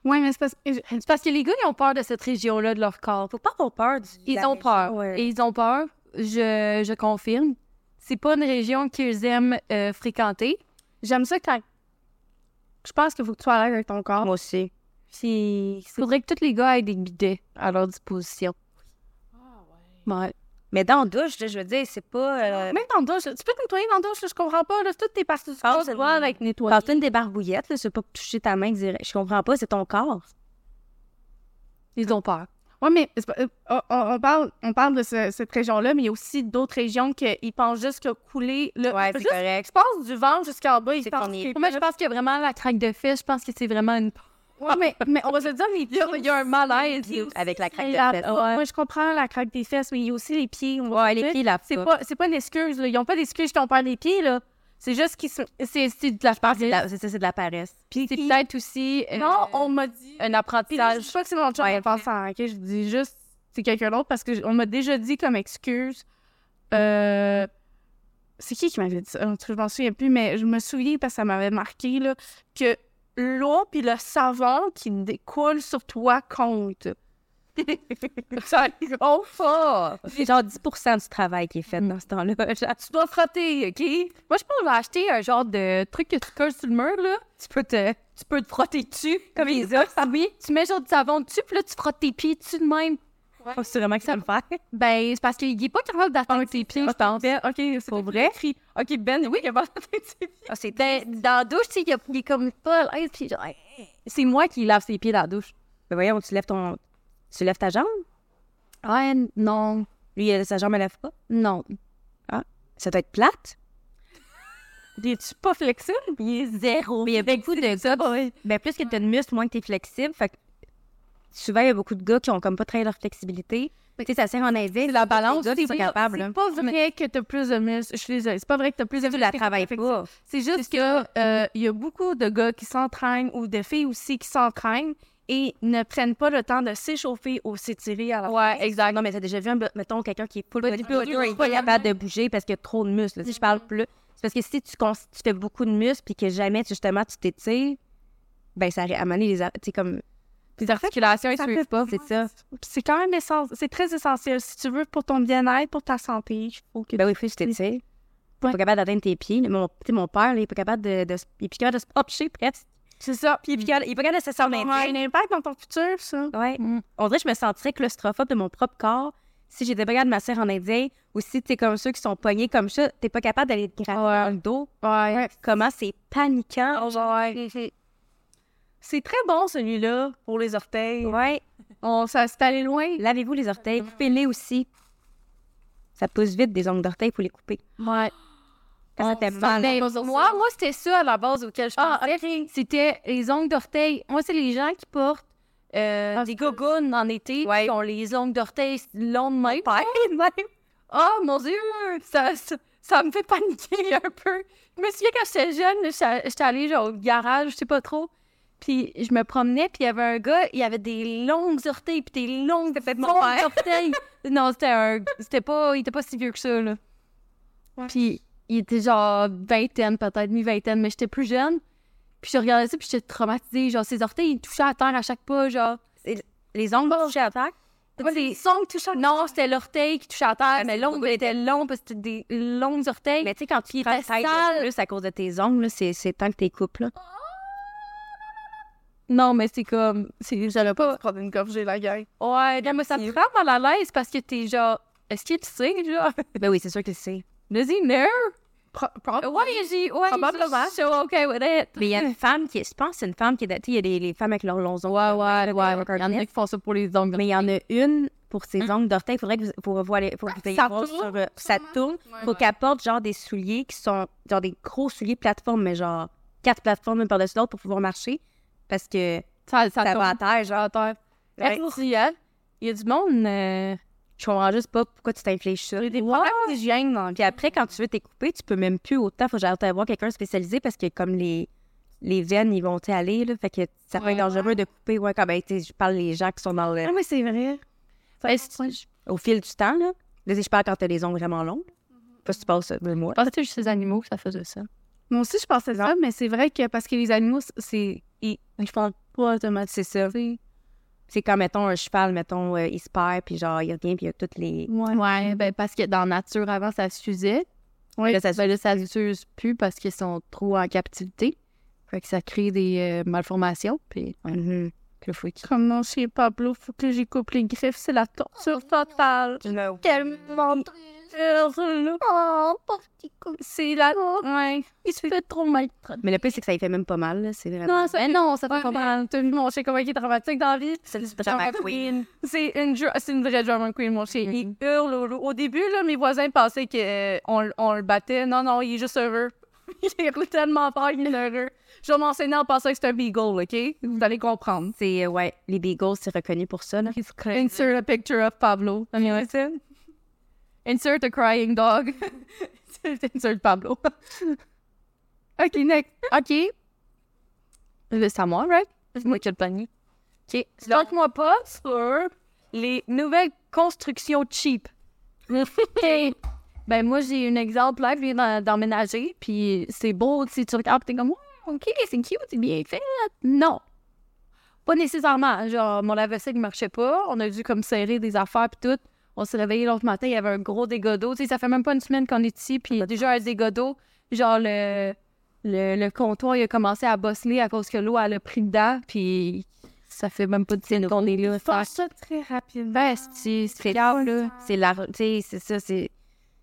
Oui, mais c'est parce, c'est parce que les gars, ils ont peur de cette région-là de leur corps.
Faut pas avoir peur du.
Ils
la
ont
région,
peur.
ouais.
Et ils ont peur, je, je confirme. C'est pas une région qu'ils aiment euh, fréquenter.
J'aime ça quand. Je pense qu'il faut que tu sois à l'aise avec ton corps.
Moi aussi.
Il faudrait que tous les gars aient des bidets à leur disposition. Ah ouais.
Mais dans la douche, là, je veux dire, c'est pas. Euh...
Même dans la douche, tu peux te nettoyer dans la douche, là, je comprends pas. Là, toutes tes parties du corps
c'est
doivent
vrai.
avec nettoyer.
Quand t'as une débarbouillette, là, c'est pas toucher ta main direct. Je comprends pas, c'est ton corps.
Ils ont peur.
Oui, mais c'est pas- euh, on, on- on parle, on parle de ce- cette région-là, mais il y a aussi d'autres régions qu'ils pensent juste que couler. Le... juste,
correct.
Tu passes du ventre jusqu'en bas, ils
C'est
pensent
qu'on est-
qu'ils
Moi, je pense que vraiment la craque de fesse, je pense que c'est vraiment une peur.
Ouais, mais, *laughs* mais on va se dire, les
Il y a, il y a un malaise.
Avec la craque de
Ah,
fesse.
ouais. Moi, je comprends la craque des fesses, mais il y a aussi les pieds. on va
Ouais,
se
les
dire.
pieds, la
C'est pas, c'est pas une excuse, là. Ils ont pas d'excuse qu'on perd les pieds, là. C'est juste qu'ils se... C'est c'est de la
C'est
paresse.
la- c'est ça, c'est de la paresse.
C'est peut-être aussi euh,
Non, on m'a dit... Puis
un
là, je
apprentissage.
sais pas que c'est mon chum
Ouais.
en pensant, OK? Je dis juste, c'est quelqu'un d'autre, parce qu'on m'a déjà dit comme excuse... Euh... C'est qui qui m'avait dit ça? En tout cas, Je m'en souviens plus, mais je me souviens parce que ça m'avait marqué, là, que l'eau puis le savon qui découle sur toi compte.
*laughs* ça gros fort.
C'est genre 10 du travail qui est fait dans
*laughs*
ce temps-là. Genre,
Tu dois frotter, OK?
Moi, je pense qu'on va acheter un genre de truc que tu colles sur le mur, là.
tu peux te.
Tu peux te frotter dessus, comme les autres. Oui, tu mets genre du savon dessus, puis là, tu frottes tes pieds dessus de même.
Faut sûrement que ça le faire.
Ben, c'est parce qu'il est pas capable d'atteindre tes pieds, je pense.
Ben, OK, c'est pour vrai. OK, Ben, oui,
*laughs*
il a pas
Ah, c'est
Ben, dans la douche, tu sais, il est- il est comme pas à l'aise, puis genre... hey, hey. C'est moi qui lave ses pieds dans la douche.
Ben voyons, tu lèves ton. Tu lèves ta jambe?
Ouais, non,
Lui, euh, sa jambe, elle lève pas.
non.
Ça doit être plate.
Es-tu pas flexible?
Il est zéro. Mais il y a beaucoup de gars. Ben, plus que tu as de muscles, moins que tu es flexible. Fait que souvent, il y a beaucoup de gars qui ont comme pas très leur flexibilité. Tu sais, ça sert en aide.
La balance,
Les gars qui sont capables. là.
C'est pas vrai que t'as plus de muscles. Je suis désolée. C'est pas vrai que t'as plus de
Tu la travailles
Fait que
pas.
C'est juste que euh,
Mhm.
il y a beaucoup de gars qui s'entraînent ou de filles aussi qui s'entraînent et ne prennent pas le temps de s'échauffer ou s'étirer à la
Ouais, exact.
Non, mais t'as déjà vu, un, bo- mettons, quelqu'un qui est full
Bodybuilder,
bodybuilder, il est pas capable de bouger parce qu'il y a trop de muscles. Si je parle plus. C'est parce que si tu, cons- tu fais beaucoup de muscles puis que jamais, tu- justement, tu t'étires, ben, ça arrive à mener les. ar- Tu sais, comme.
Les articulations, ils
ça
suivent
fait-
pas.
C'est ça.
Puis C'est quand même essentiel. C'est très essentiel. Si tu veux, pour ton bien-être, pour ta santé, il faut que
Ben oui, faut que tu t'étires.
Ouais.
Pas capable d'atteindre tes pieds. Mon, tu sais, mon père, là, il est pas capable de, de, se- il est plus capable de se pencher presque.
C'est ça.
Puis il est plus capable- il est pas capable de se
Ça
s'en
a un impact dans ton futur, ça.
Ouais.
Mm.
On dirait que je me sentirais claustrophobe de mon propre corps si j'étais pas capable de m'asseoir en indien ou si t'es comme ceux qui sont poignés comme ça, t'es pas capable d'aller te gratter dans le dos.
Ouais. Oh,
Comment c'est paniquant.
C'est très bon, celui-là, pour les orteils.
Ouais.
On ça s'est allé loin.
Lavez-vous les orteils.
Mm.
Coupez-les aussi. Ça pousse vite des ongles d'orteils, faut les couper.
Ouais.
Quand ça
Oh,
fait mal.
Ben, moi, moi c'était ça à la base auquel je
Ah,
pensais. C'était les ongles d'orteil. Moi, c'est les gens qui portent euh,
Ah,
des gogoons en été,
Ouais.
qui ont les ongles d'orteil longs de même.
*laughs* Ouais.
Oh mon Dieu, ça, ça, ça me fait paniquer *laughs* un peu. Je me souviens quand j'étais jeune, j'étais j'étais allée genre, au garage, je sais pas trop. Puis je me promenais, puis il y avait un gars, il avait des longues orteils, puis des longues
peut-être mon
longues
père. *laughs*
orteils. Non, c'était un... C'était pas... Il était pas si vieux que ça, là. Puis il était genre vingtaine, peut-être mi-vingtaine, mais j'étais plus jeune. Puis je regardais ça, puis j'étais traumatisée. Genre, ses orteils, ils touchaient à terre à chaque pas, genre...
Oh.
Les ongles touchés à terre.
Pas des sons qui touchent à Non, c'était l'orteil qui touchait à terre, mais l'ongle
c'est-
était long parce que c'était des longues orteils.
Mais tu sais, quand tu prends
ça
tête
sale.
plus à cause de tes ongles, là, c'est c'est temps que t'es coupes, là.
Non, mais c'est comme. c'est- J'allais pas.
Prendre une gorgée, la gueule.
Ouais, là, mais ça te rend mal à l'aise parce que t'es genre. Est-ce qu'il le sait, genre? *laughs*
Ben oui, c'est sûr que c'est.
Does he know?
Prends, prends.
Ouais, j'ai. Ouais,
Probablement.
je suis okay with it.
Mais il y a une femme qui, je pense, que c'est une femme qui est. Tu sais, il y a les, les femmes avec leurs longs
*laughs*
ongles.
Ouais, ouais, ouais.
ouais.
Il y en a qui font ça pour les ongles.
Mais il y en a une pour ses ongles d'orteil. Il faudrait que vous, pour voir les, pour que vous ayez
Hum. Ça
voir
tourne,
sur, euh, ça tourne. faut qu'elle porte genre des souliers qui sont genre des gros souliers plateforme, mais genre quatre plateformes une par-dessus l'autre pour pouvoir marcher. Parce que
Ça, ça,
ça
tombe
va à terre, genre.
à terre.
Ouais.
Merci, hein? Il y a du monde. euh,
Je comprends juste pas pourquoi tu t'infliges ça. Des problèmes d'hygiène dans la vie. Puis après, quand tu veux t'es coupé, tu peux même plus autant. Faut que j'aille voir quelqu'un spécialisé parce que comme les, les veines, ils vont aller, là. Fait que ça peut être dangereux de couper. Ouais, quand ben, tu sais, je parle des gens qui sont dans
Ah
le,
mais c'est vrai.
est-ce-
au fil du temps, là. Là, je parle quand t'as les ongles vraiment longs. Pas si tu passes euh, deux mois.
Je pensais que c'était juste les animaux que ça faisait ça. Ah,
Moi aussi, je pensais ça, mais c'est vrai que parce que les animaux, c'est. Ils, ils font pas automatiquement.
C'est ça. C'est quand, mettons, un cheval, mettons, euh, il se perd, puis genre, il revient, puis il y a toutes les...
Ouais.
Mm.
ben parce que dans la nature, avant, ça s'usait.
Oui. Là, ça se-
Ben là, ça ne s'use plus parce qu'ils sont trop en captivité. Fait que ça crée des euh, malformations. Puis, ouais.
Mhm.
Puis là, faut qu'ils-
Comme non, chez Pablo, faut que j'y coupe les griffes, c'est la torture totale. Tellement C'est la. Ouais.
Oh. Il se fait trop mal.
Mais le plus, c'est que ça y fait même pas mal, là. C'est vraiment...
Non, ça fait... non, ça fait pas
Ouais,
mal.
mais T'as vu mon chien comment il est dramatique dans la vie?
C'est le
Drama queen. C'est une, dra- c'est une vraie drama queen, mon chien. Il hurle au loup. Au début, là, mes voisins pensaient qu'on on le battait. Non, non, il est juste heureux. *laughs* il roule tellement fort, il est heureux. Je vais m'enseigner en pensant que c'est un beagle, OK? Vous allez comprendre.
C'est, euh, ouais, les beagles, c'est reconnu pour ça, là.
Insert a picture of Pablo. Listen. Insert a crying dog. Insert Pablo.
*laughs*
OK, next.
OK. C'est à moi, right? C'est moi qui ai le panier. OK.
Lâche-moi pas.
sur les nouvelles constructions cheap. OK. Ben, moi, j'ai un exemple là, je viens d'en- d'emménager, puis c'est beau, si tu regardes, t'es comme, Ouais, OK, c'est cute, c'est bien fait. Non. Pas nécessairement. hein, Genre, mon lave-vaisselle ne marchait pas, on a dû comme serrer des affaires, puis tout. On s'est réveillé l'autre matin, il y avait un gros dégât d'eau. Tu sais, ça fait même pas une semaine qu'on est ici, puis il y a déjà un dégât d'eau. Genre, le, le, le comptoir, il a commencé à bosseler à cause que l'eau, elle a pris dedans, puis ça fait même pas de signe qu'on est là.
ça très rapidement.
Ben, c'est c'est là, là.
C'est la... Tu sais, c'est ça, c'est...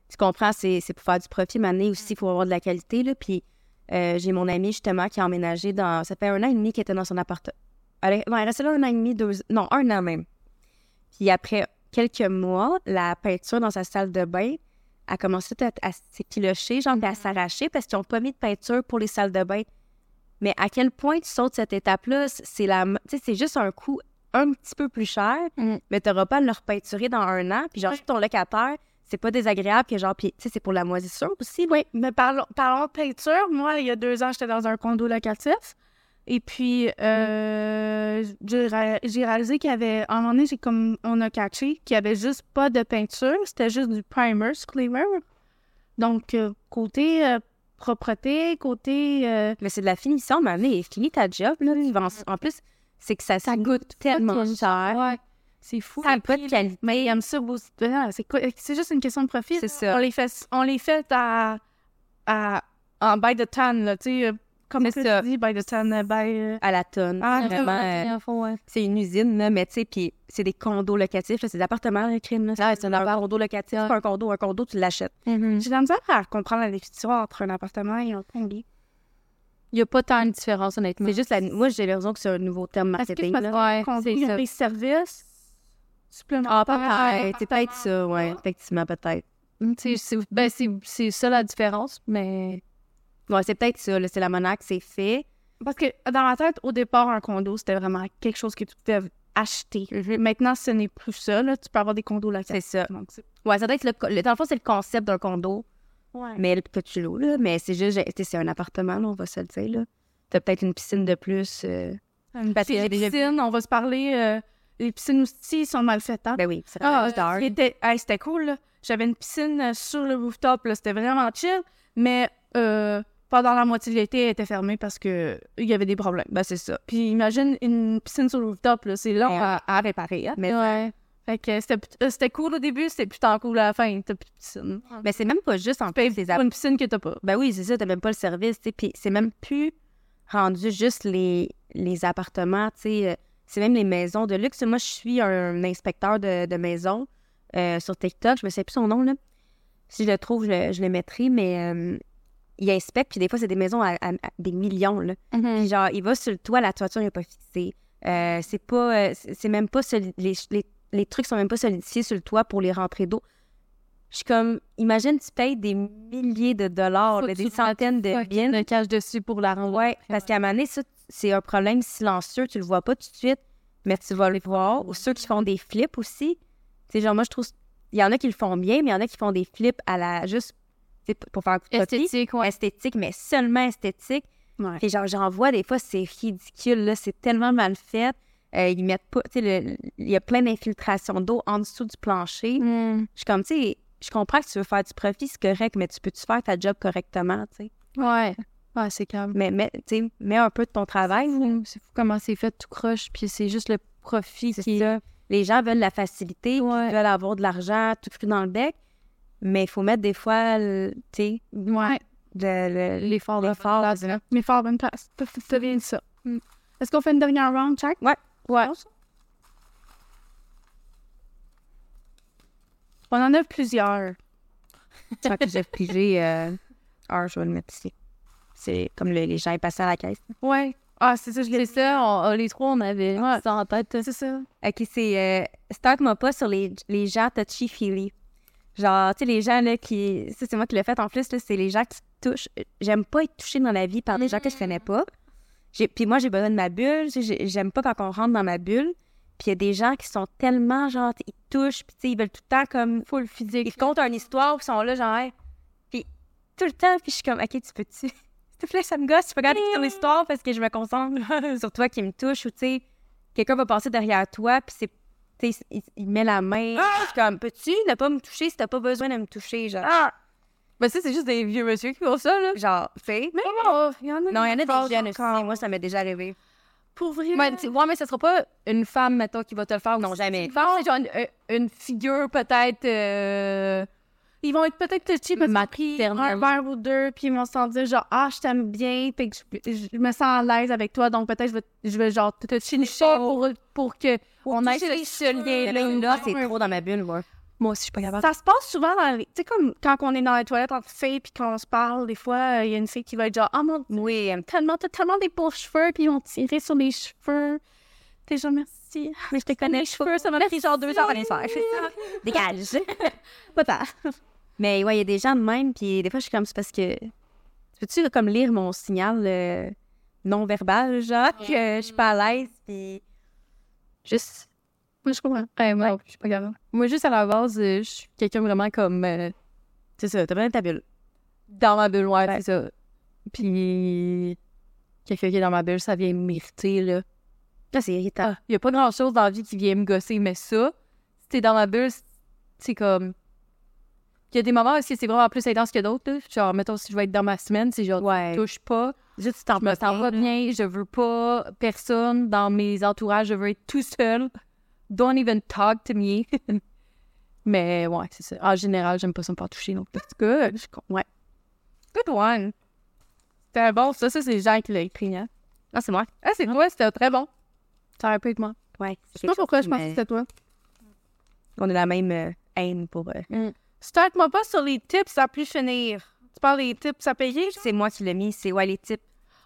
Tu comprends, c'est c'est pour faire du profit, mais année aussi, il faut avoir de la qualité, là. Puis euh, j'ai mon amie, justement, qui a emménagé dans... Ça fait un an et demi qu'elle était dans son appart. Elle, est- non, elle restait là un an et demi, deux... Non, un an même. Puis après quelques mois, la peinture dans sa salle de bain a commencé à, à s'épilocher, genre puis à s'arracher parce qu'ils n'ont pas mis de peinture pour les salles de bain. Mais à quel point tu sautes cette étape-là, c- c'est la, m- tu sais, c'est juste un coût un petit peu plus cher,
Mm.
mais tu n'auras pas à le repeinturer dans un an. Puis genre, si ton locataire, c'est pas désagréable que genre, puis tu sais, c'est pour la moisissure aussi. Oui.
Mais parlons, parlons de peinture. Moi, il y a deux ans, j'étais dans un condo locatif. Et puis, euh, j'ai ré- j'ai réalisé qu'il y avait, à un moment donné, j'ai comme, on a catché qu'il y avait juste pas de peinture. C'était juste du primer sur les murs. Donc, euh, côté euh, propreté, côté. euh,
Mais c'est de la finition, mais année, finis ta job, là. Tu vas en- En plus, c'est que ça, ça goûte tellement
goûte.
cher.
Ouais. C'est fou.
Ça n'a pas de qualité.
mais ils aiment ça. vous- Ah, C'est quoi- c'est juste une question de profit.
C'est ça.
On les fait, on les fait à, à, en by the tan, là. Tu sais, euh, comme
C'est
tu
ça.
dis, by the tan, euh, by. euh,
À la tonne.
Ah,
vraiment. euh, c'est une usine, là, mais tu sais, puis c'est des condos locatifs, là, c'est des appartements, le crime. Là. c'est un, condo locatif, c'est pas un condo, un condo, tu l'achètes.
J'ai de la misère à comprendre la définition entre un appartement et un condo.
Il n'y a pas tant de différence, honnêtement.
C'est juste la. Moi, j'ai l'impression que c'est un nouveau terme
Parce que je
marketing.
me
là.
Ouais,
Condo,
c'est
ils ont
ça.
des services supplémentaires.
Ah, peut-être. C'est peut-être ça, ouais, effectivement, peut-être.
Tu sais, c'est- ben, c'est c'est ça la différence, mais.
Ouais, c'est peut-être ça, là, c'est la monarque, c'est fait.
Parce que dans ma tête, au départ, un condo, c'était vraiment quelque chose que tu pouvais acheter. Maintenant, ce n'est plus ça. Là. Tu peux avoir des condos
C'est
locatifs.
ça.
Donc, Mm-hmm. c'est-
Ouais, ça doit être le. co- le- Dans le fond, c'est le concept d'un condo,
Ouais.
mais que tu loues, là. Mais c'est juste, tu sais, c'est un appartement, là, on va se le dire, là. T'as peut-être une piscine de plus. euh, parce que
les
j'ai déjà-
piscines, on va se parler. euh, les piscines aussi sont mal faites. hein.
Ben oui, c'est
Ah,
dark.
il était- hey, c'était cool. là. J'avais une piscine euh, sur le rooftop. là. C'était vraiment chill. Mais euh, pendant la moitié de l'été, elle était fermée parce que il y avait des problèmes.
Ben, c'est ça.
Puis imagine une piscine sur le rooftop, là, c'est long
Ouais.
à, à réparer. hein.
Ben, Mais
Ouais. Fait que c'était put- euh, c'était cool au début, c'était putain cool à la fin. T'as plus de piscine.
Mais c'est même pas juste en
Paye
plus les
pour une piscine que t'as pas.
Ben oui, c'est ça, t'as même pas le service, tu sais, puis c'est même plus rendu juste les, les appartements, tu sais, euh, c'est même les maisons de luxe. Moi, je suis un inspecteur de, de maison euh, sur TikTok, je me sais plus son nom, là. Si je le trouve, je le, je le mettrai, mais euh, il inspecte, puis des fois, c'est des maisons à, à- à des millions, là. Puis genre, il va sur le toit, la toiture n'est pas fixée. Euh, c'est pas, euh, c'est c'est même pas, soli- les, les, les trucs sont même pas solidifiés sur le toit pour les rentrées d'eau. Je suis comme, imagine, tu payes des milliers de dollars,
Faut
là,
que
des
tu rentres-
centaines de
Ouais,
biens.
tu le caches dessus pour la rendre.
Ouais, parce qu'à un moment donné, ça, c'est un problème silencieux, tu le vois pas tout de suite, mais tu vas le voir. Ou ceux qui font des flips aussi. Tu sais, genre, moi, je trouve, il y en a qui le font bien, mais il y en a qui font des flips à la, juste, tu sais, p- pour faire un coup de copie.
Esthétique, ouais.
Esthétique, mais seulement esthétique.
Ouais.
Puis genre, j'en vois des fois, c'est ridicule, là, c'est tellement mal fait. Euh, ils mettent pas, tu sais, le- il y a plein d'infiltrations d'eau en dessous du plancher.
Mm.
Je suis comme, tu sais, je comprends que tu veux faire du profit, c'est correct, mais tu peux-tu faire ta job correctement, tu sais? Mm.
Ouais. Ouais, c'est calme.
Mais, mais tu sais, mets un peu de ton travail,
Fou, C'est fou comment c'est fait tout croche, puis c'est juste le profit
C'est
qui
ça. Les gens veulent la facilité, puis
Ouais.
ils veulent avoir de l'argent tout pris dans le bec, mais il faut mettre des fois, le- tu sais,
Ouais.
de- le-
l'effort de
L'effort,
faire.
là. L'effort, bonne place. T'as- t'as- T'as bien dit ça. Mm. Est-ce qu'on fait une dernière round, Jack?
Ouais.
Ouais. On en a plusieurs.
Je crois que j'ai pigé, euh, ah, je vais le mettre ici. C'est comme le- les gens ils passent à la caisse.
Ouais. Ah, c'est ça, je l'ai
C'est ça, on- les trois, on avait ça en tête.
C'est ça.
OK, c'est euh, Start-moi pas sur les, les gens touchy-feely. Genre, tu sais, les gens là qui. Ça, c'est moi qui l'ai fait en plus, là, c'est les gens qui touchent. J'aime pas être touchée dans la vie par des gens que je connais pas. J'ai- Puis moi, j'ai besoin de ma bulle. tu sais, j'ai- J'aime pas quand on rentre dans ma bulle. Puis il y a des gens qui sont tellement, genre, ils te touchent, puis tu sais, ils veulent tout le temps comme.
Faut le physique.
Ils te content une histoire, puis ils sont là, genre, hey. Puis tout le temps, puis je suis comme, OK, tu peux-tu. *laughs* S'il te plaît, ça me gosse, tu peux regarder ton histoire parce que je me concentre *laughs* sur toi qui me touche, ou tu sais, quelqu'un va passer derrière toi, puis c'est. Tu sais, il, il met la main.
Ah!
Je suis comme, peux-tu ne pas me toucher si t'as pas besoin de me toucher, genre.
Mais ça, c'est juste des vieux monsieur qui font ça, là.
Genre, tu sais.
Oh, il y en a.
Non, il y en a
Encore.
des jeunes aussi. Moi, ça m'est déjà arrivé.
Pour vrai.
Ouais, tu- ouais, mais ça sera pas une femme, mettons, qui va te le faire.
Non, jamais.
Une femme, c'est genre une, euh, une figure, peut-être. euh,
ils vont être peut-être touchés parce qu'ils ont pris un
Maternellement.
verre ou deux, puis ils vont se sentir genre, ah, je t'aime bien, puis que je, je me sens à l'aise avec toi, donc peut-être je vais, je vais genre te toucher les cheveux pour, pour que on aille
toucher les
ce lien-là.
Là, c'est trop dans ma bulle, moi.
Moi aussi, je suis pas capable.
Ça se passe souvent dans les. Tu sais, comme quand on est dans les toilettes entre filles, puis qu'on se parle, des fois, il y a une fille qui va être genre, ah, mon
Oui, euh,
tellement, t'as tellement des beaux cheveux, puis ils vont tirer sur les cheveux. T'es genre, merci.
mais je te connais,
Les cheveux, ça m'a pris genre deux heures à les faire. ah,
Dégage.
*laughs* Pas tard.
Mais ouais, il y a des gens de même, puis des fois, je suis comme, c'est parce que. Peux-tu, comme, lire mon signal euh, non-verbal, genre, que je suis pas à l'aise, puis.
Juste.
Moi, je comprends. Ouais, moi, je suis pas grave.
Moi, juste à la base, euh, je suis quelqu'un vraiment comme. euh,
C'est ça, t'as besoin de ta bulle.
dans ma bulle, ouais, c'est ça. Puis. Quelqu'un qui est dans ma bulle, ça vient m'irriter, là.
Là, c'est irritant.
Il y a pas grand-chose dans la vie qui vient me gosser, mais ça, si t'es dans ma bulle, c'est- c'est comme... Il y a des moments où c'est c'est vraiment plus intense que d'autres. là. Genre, mettons, si je vais être dans ma semaine, c'est genre,
ouais.
touche pas,
Juste, tu t'en
Ah, je me sens pas bien, je veux pas personne dans mes entourages, je veux être tout seul. Don't even talk to me. *laughs* mais ouais, c'est ça. En général, j'aime pas ça me faire toucher, donc that's good. Je- Ouais. Good one. C'était bon, ça, ça c'est Jacques qui l'a écrit. hein.
Ah, c'est moi.
Ah, c'est toi, c'était très bon. Ça aurait pu être moi.
Ouais.
Je sais pas pourquoi je pense que c'était toi.
On a la même euh, haine pour. euh,
Start-moi pas sur les tips à plus finir. Tu parles des tips à payer? genre?
C'est moi qui l'ai mis, c'est ouais, les types.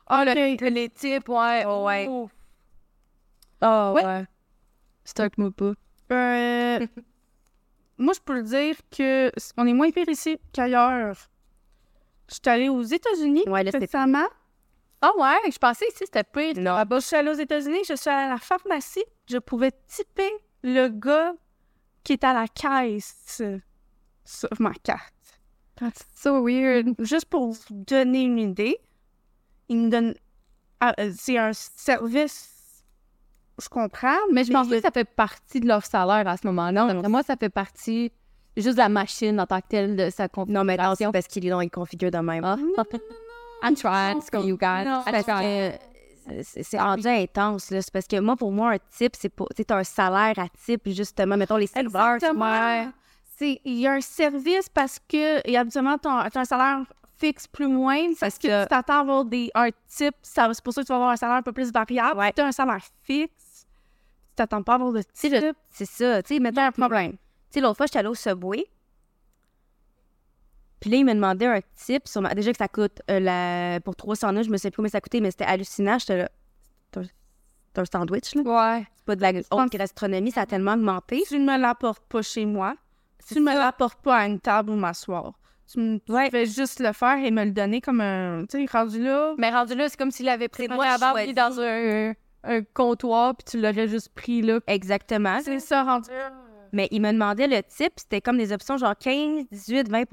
Ah, le- les tips, ouais.
Oh,
ouais.
Ah
Ouais.
ouais. Start moi pas.
*laughs* Euh, moi, je peux le dire que c- on est moins pire ici qu'ailleurs. Je suis allée aux États-Unis
Ouais, là, c'est.
récemment.
Ah ouais, je pensais ici c'était pire.
Non.
Là-bas, je suis allée aux États-Unis, je suis allée à la pharmacie, je pouvais typer le gars qui est à la caisse sur ma carte.
That's so Ah, weird.
Juste pour vous donner une idée, il me donne. ah, euh, C'est un service. Je comprends,
Mais je pense que ça fait partie de leur salaire à ce moment-là. D'après moi, ça fait partie juste de la machine en tant que telle de sa configuration.
Non, mais non, c'est parce qu'ils l'ont, ils configurent de même.
Ah. I tried, you guys. I tried.
euh, c'est c'est rendu intense, là. C'est parce que moi, pour moi, un type, c'est pas. Tu sais, t'as un salaire à type, justement. Mettons les serveurs. tu
Exactement.
vois.
C'est- Il y a un service parce que, et habituellement, t'as t'as un salaire fixe plus moins parce que,
que-
tu t'attends à avoir des, un type. ça- C'est pour ça que tu vas avoir un salaire un peu plus variable.
Ouais.
Tu as un salaire fixe. Tu t'attends pas à avoir de
C'est
type.
le- C'est ça. Tu sais, mettons un problème. Tu sais, l'autre fois, j'étais allée au Subway. Puis là, il me demandait un type. Sur ma- Déjà que ça coûte euh, la... pour 300 nœuds, je me sais plus combien ça coûtait, mais c'était hallucinant. J'étais là. C'est un- c'est un sandwich, là.
Ouais.
C'est pas de la haute gastronomie, ça a tellement augmenté.
Tu ne me l'apportes pas chez moi. Tu ne me l'apportes pas à une table ou m'asseoir. Tu me tu fais juste le faire et me le donner comme un. Tu sais, rendu là.
Mais rendu là, c'est comme s'il avait
C'est
pris
moi
moi
qui
avant,
choisis.
mis dans un, un comptoir, puis tu l'aurais juste pris là.
Exactement.
C'est ça, rendu
Mais il me demandait le type, c'était comme des options genre 15, 18, 20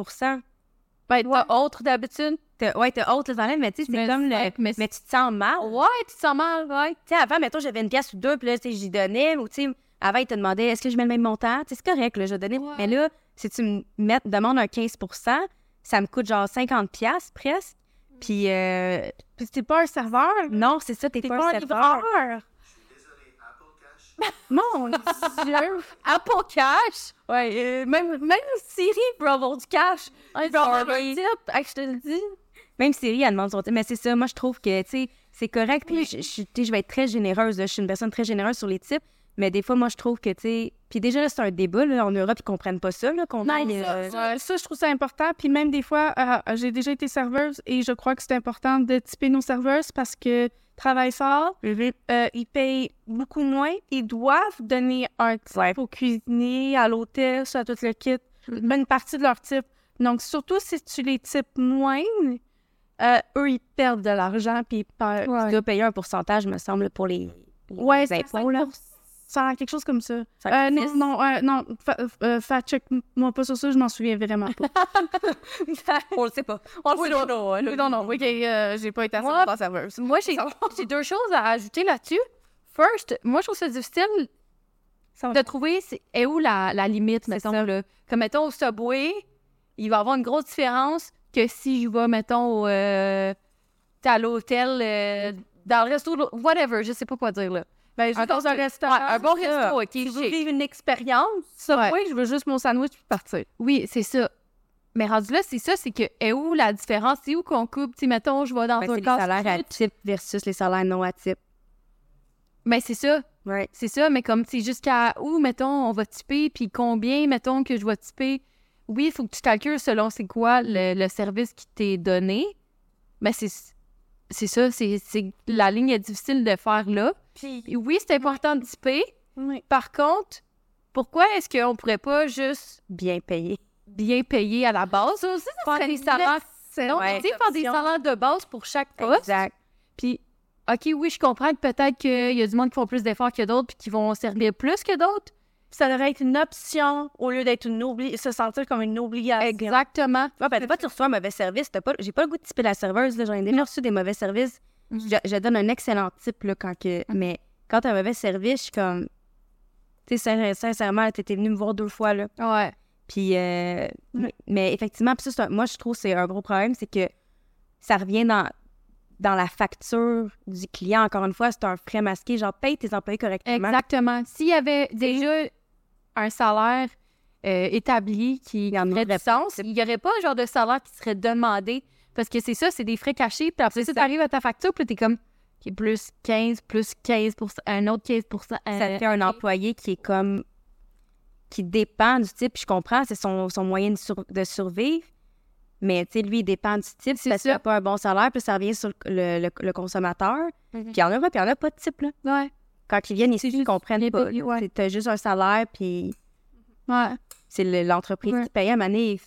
Ben, t'as autre d'habitude.
T'as- Ouais, t'as haute les enlèves, mais tu sais, c'est
Mais
comme le.
c'est- mais
Mais tu te sens mal.
Ouais, tu te sens mal, ouais.
Tu sais, avant, mettons, j'avais une pièce ou deux, puis là, tu sais, j'y donnais, ou tu sais, avant, ils te demandaient est-ce que je mets le même montant? Tu sais, c'est correct, là, je donnais.
Ouais.
Mais là, si tu me mets, demandes un 15 ça me coûte genre 50 pièces presque. Puis, euh,
Puis t'es pas un serveur.
non, c'est ça, t'es
T'es
pas,
pas
un
un
serveur.
livreur.
Je suis désolé, Apple Cash.
Mon Dieu! Apple Cash! Ouais, euh, même, même Siri peut avoir du cash. Elle peut
ben,
avoir un type, hey, je te le dis.
Même Siri, elle demande son type. Mais c'est ça, moi, je trouve que, tu sais, c'est correct. Puis, je, je suis- tu sais, je vais être très généreuse. là. Je suis une personne très généreuse sur les types. Mais des fois, moi, je trouve que, tu sais. Puis déjà, là, c'est un débat, là, en Europe, ils comprennent pas ça, là, qu'on
Non,
aille, euh,
Ouais, ça, je trouve ça important. Puis même des fois, euh, j'ai déjà été serveuse et je crois que c'est important de typer nos serveuses parce que travaillent fort, euh, ils payent beaucoup moins, ils doivent donner un type au cuisinier, à l'hôtel, à tout le kit, une partie de leur type. Donc, surtout si tu les types moins, euh, eux, ils perdent de l'argent puis ils perdent.
Tu dois payer un pourcentage, me semble, pour les, les
Ouais, c'est
impôts, là.
Ça a quelque chose comme ça.
Cinq
Euh,
pour
non,
six.
non, euh, non, fa- euh, fact-check-moi pas sur ça, je m'en souviens vraiment *laughs* pas.
On le sait pas.
On le sait pas, là.
non, non, oui, euh, j'ai pas été
Moi,
assistante en serveuse.
Moi, j'ai j'ai deux choses à ajouter là-dessus. First, moi, je trouve ça difficile
Ça va.
de trouver c'est- est où la, la limite, mettons. là. Comme, mettons, au Subway, il va y avoir une grosse différence que si je vais, mettons, au, euh, à l'hôtel, euh, dans le resto, whatever, je sais pas quoi dire, là.
Ben, juste
Un
dans un
concept-
restaurant.
Ouais, un bon
c'est ça.
resto, ok.
Tu veux
chic.
vivre une expérience? Ça,
Ouais.
oui, je veux juste mon sandwich puis partir.
Oui, c'est ça. Mais rendu là, c'est ça, c'est que est où la différence? C'est où qu'on coupe? Tu sais, mettons, je vais dans
Ben,
Ouais,
un
c'est les
casse-
salaires à type versus les salaires non à type.
Mais Ben, c'est ça,
Ouais.
c'est ça. Mais comme, tu sais, jusqu'à où, mettons, on va typer, puis combien, mettons, que je vais typer. Oui, il faut que tu calcules selon c'est quoi le, le service qui t'est donné. Mais c'est c'est ça, c'est c'est- la ligne est difficile de faire là.
Puis,
Et oui, c'est important de typer.
oui.
Par contre, pourquoi est-ce qu'on pourrait pas juste
Bien payé.
bien payer à la base? Ça aussi, ça serait des salaires
c'est
Donc,
Ouais.
tu sais, faire des salaires de base pour chaque poste.
Exact.
Puis, OK, oui, je comprends que peut-être qu'il y a du monde qui font plus d'efforts que d'autres puis qui vont servir plus que d'autres.
Ça devrait être une option au lieu d'être une obli... se sentir comme une obligation.
Exactement.
Ouais, ben, des fois, tu reçois un mauvais service. t'as Pas... J'ai pas le goût de typer la serveuse. là. J'en ai déjà reçu des mauvais services.
Mhm.
Je, je donne un excellent type là, quand que. Mais quand t'as un mauvais service, je suis comme. Tu sais, sin- sincèrement, t'étais venu me voir deux fois. là.
Ouais.
Puis, euh, mais effectivement, puis ça, c'est un- moi, je trouve que c'est un gros problème, c'est que ça revient dans, dans la facture du client. Encore une fois, c'est un frais masqué. Genre, paye tes employés correctement.
Exactement. S'il y avait déjà un salaire euh, établi qui
y en
ferait
aurait
du
pas.
sens, il n'y aurait pas un genre de salaire qui serait demandé parce que c'est ça, c'est des frais cachés. Puis après ça, t'arrives à ta facture, puis t'es comme, OK, plus 15, plus 15 un autre 15
Ça
euh,
te fait un employé qui est comme. qui dépend du type. Puis Je comprends, c'est son, son moyen de, sur- de survivre. Mais, tu sais, lui, il dépend du type.
C'est
parce qu'il
ça.
n'a pas un bon salaire. Puis ça revient sur le, le- le consommateur.
Mhm.
Puis il y en a, puis il y en a pas de type, là.
Ouais.
Quand ils viennent ici, ils
juste
comprennent
les
pas.
payés,
là.
ouais.
C'est- T'as juste un salaire, puis.
Ouais.
c'est le- l'entreprise
Ouais.
qui paye. À un moment donné,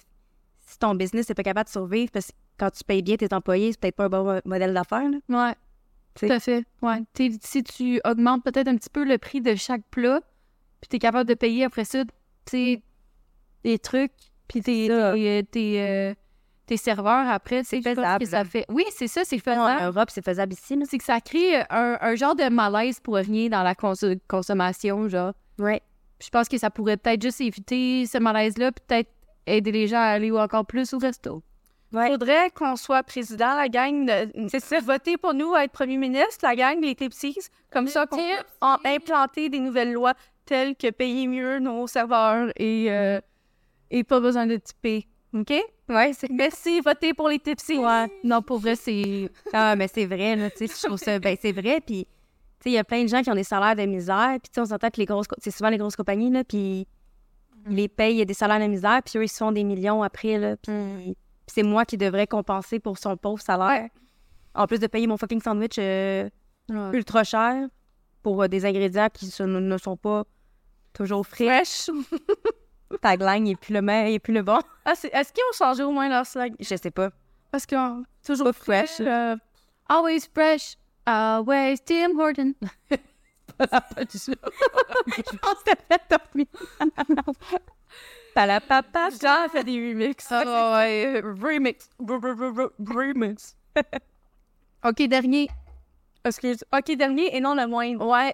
si ton business n'est pas capable de survivre, parce que quand tu payes bien tes employés, c'est peut-être pas un bon mo- modèle d'affaires. là.
Ouais.
T'sais. Mm.
Tout à fait. Ouais. T'sais, si tu augmentes peut-être un petit peu le prix de chaque plat, puis t'es capable de payer après ça, t'sais,
Mm.
des trucs, puis tes, tes, tes, euh, tes serveurs après, c'est
faisable. ben
ça fait. Oui, c'est ça, c'est
En
faisable.
Europe, c'est faisable ici. Là.
C'est que ça crée euh, un, un genre de malaise pour rien dans la conso- consommation, genre.
Ouais.
Puis Je pense que ça pourrait peut-être juste éviter ce malaise-là, puis peut-être aider les gens à aller encore plus au resto.
Ouais.
faudrait qu'on soit président, la gang. De... C'est ça, voter pour nous à être premier ministre, la gang des tipsies. Comme ça, qu'on peut en- implanter des nouvelles lois telles que payer mieux nos serveurs et, euh, et pas besoin de tiper. OK?
Ouais,
*laughs*
c'est.
Merci, votez pour les tipsies.
Non, pour vrai, c'est.
Ah, mais c'est vrai, là, tu sais, je trouve ça. Ben, c'est vrai, puis, tu sais, il y a plein de gens qui ont des salaires de misère, puis, tu sais, on s'entend que les grosses. co- C'est souvent les grosses compagnies, là, puis,
Mm.
ils les payent des salaires de misère, puis eux, ils se font des millions après, là, puis,
Mm.
puis c'est moi qui devrais compenser pour son pauvre salaire. En plus de payer mon fucking sandwich euh,
Ouais.
ultra cher pour euh, des ingrédients qui se- ne sont pas toujours frais. *laughs* Ta glagne est plus le meilleur, est plus le bon.
Ah, c'est- Est-ce qu'ils ont changé au moins leur slag?
Je sais pas.
Parce que euh, toujours
Pas fresh.
euh,
Always fresh, always Tim Horton.
Je pense que t'as fait dormir. Palapapa.
Jean fait des remixes.
Ah,
ouais, remix. Re- re- re- re- Remix.
OK, dernier.
Excuse. Ok, dernier et non le moindre.
Ouais.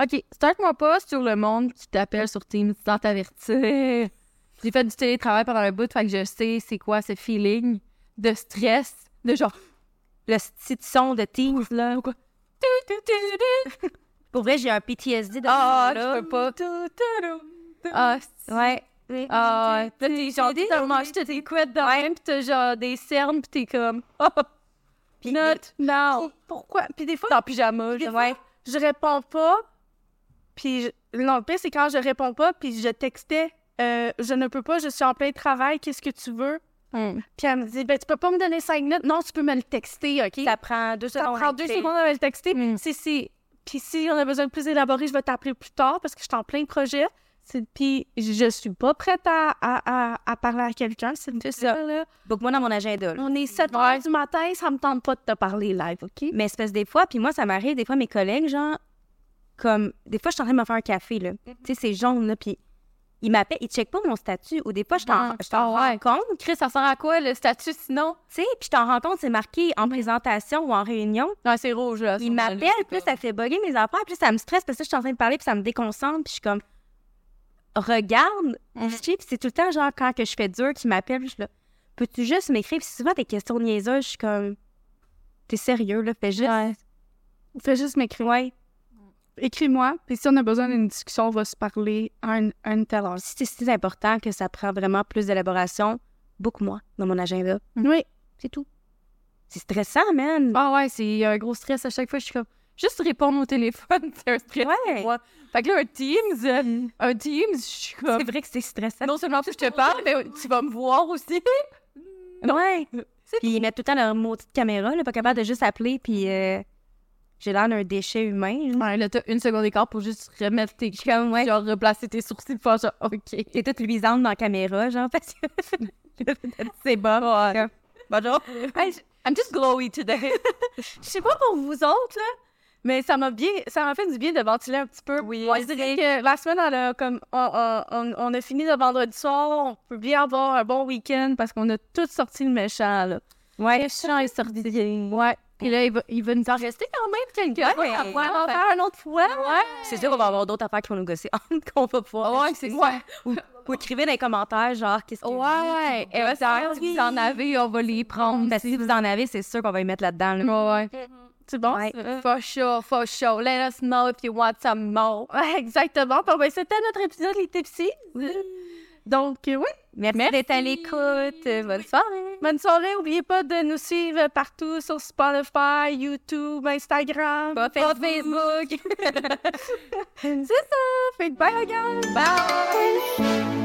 OK, start-moi pas sur le monde qui t'appelle sur Teams sans t'avertir. J'ai fait du télétravail pendant un bout, fait que je sais c'est quoi ce feeling de stress, de genre...
Le petit son de Teams, là. Pour vrai, j'ai un PTSD de
Ah,
ce
je
moment-là.
peux pas. Ah, c'est-
Ouais.
ah, ouais. Là, t'es genre totalement... Je t'es couettes dans même, pis t'as genre des cernes, pis t'es comme... Oh,
Puis-
not now!
Pourquoi? Puis des fois,
T'es en pyjama,
des
genre.
fois, je réponds pas. Puis je- non, le pire, c'est quand je réponds pas, puis je textais. euh, je ne peux pas, je suis en plein travail, qu'est-ce que tu veux?
Hmm.
Puis elle me dit, ben, tu peux pas me donner cinq minutes. Non, tu peux me le texter, OK?
Ça prend deux
Ça
secondes.
prend
à
deux
écrire.
secondes à le texter.
Mm.
Si, si. Puis si on a besoin de plus élaborer, je vais t'appeler plus tard parce que je suis en plein projet. C'est- Puis je je suis pas prête à, à, à, à parler à quelqu'un. C'est ça. Là.
Donc, moi, dans mon agenda, là.
On est 7 heures du matin, ça me tente pas de te parler live, OK?
Mais espèce des fois, puis moi, ça m'arrive, des fois, mes collègues, genre, comme, des fois, je suis en train de me faire un café, là.
Mm-hmm.
Tu sais, c'est jaune, là, puis ils m'appellent, ils checkent pas mon statut. Ou des fois, je t'en
Ah,
je t'en
ah ouais.
rends compte,
Chris, ça sert à quoi, le statut, sinon?
tu sais, puis je t'en rends compte, c'est marqué en présentation ou en réunion.
Non, c'est rouge, là.
Il m'appelle, puis là, ça fait bugger mes affaires, puis là, ça me stresse, parce que là, je suis en train de parler, puis ça me déconcentre, puis je suis comme, regarde,
Mhm.
tu sais, puis c'est tout le temps, genre, quand que je fais dur, qui m'appelle, puis je suis là, peux-tu juste m'écrire? Puis souvent, des questions niaiseuses, je suis comme, t'es sérieux, là, fais juste.
Fais juste m'écrire.
Ouais.
Écris-moi, puis si on a besoin d'une discussion, on va se parler à un, à une telle heure.
Si c'est si important que ça prend vraiment plus d'élaboration, beaucoup moins dans mon agenda.
Oui.
C'est tout. C'est stressant, man.
Ah ouais, c'est un gros stress à chaque fois. Je suis comme, juste répondre au téléphone, *laughs* c'est un stress pour
ouais.
moi. Fait que là, un Teams, euh, un Teams, je suis comme,
C'est vrai que c'est stressant.
non seulement je te parle, mais tu vas me voir aussi.
Ouais. Euh, Puis ils mettent tout le temps leur maudite caméra, là, pas capable de juste appeler, puis euh, j'ai l'air d'un déchet humain. genre.
Ouais, là, t'as une seconde d'écart pour juste remettre tes crèmes,
ouais.
genre replacer tes sourcils, faire genre, OK.
T'es toute luisante dans la caméra, genre, parce que *laughs* c'est bon.
Ouais. *laughs*
Bonjour.
I'm just glowy today.
Bah *laughs* Je sais pas pour vous autres, là, mais ça m'a bien, ça m'a fait du bien de ventiler un petit peu.
Oui.
On dirait que la semaine, on a, comme, on, on- on- on a fini le vendredi soir, on peut bien avoir un bon week-end parce qu'on a tous sorti le méchant, là.
Ouais.
Méchant et sorti. Ouais. Et là, il va, il va nous en rester quand même quelqu'un.
Ouais.
à
On va
voir.
en faire un autre fois. Ouais.
C'est sûr qu'on va avoir d'autres affaires qui vont nous gosser *laughs* qu'on va pouvoir.
Ouais, c'est ouais.
Ou écrivez dans les commentaires, genre, qu'est-ce que
Ouais, ouais. Exact. Si vous en avez, on va les prendre.
Ben,
Parce que si vous en avez, c'est sûr qu'on va y mettre là-dedans. là.
Ouais,
C'est bon?
Ouais.
ça?
ouais. For sure, for sure. Let us know if you want some more.
*laughs* Ouais, exactement. Bon, ben, c'était notre épisode, les tipsies. Donc, euh, oui,
Merci, d'être à l'écoute. Euh, Bonne soirée.
bonne soirée. N'oubliez pas de nous suivre partout sur Spotify, YouTube, Instagram.
Pas Facebook.
*laughs* C'est ça. Fait que bye, la gang.
Bye.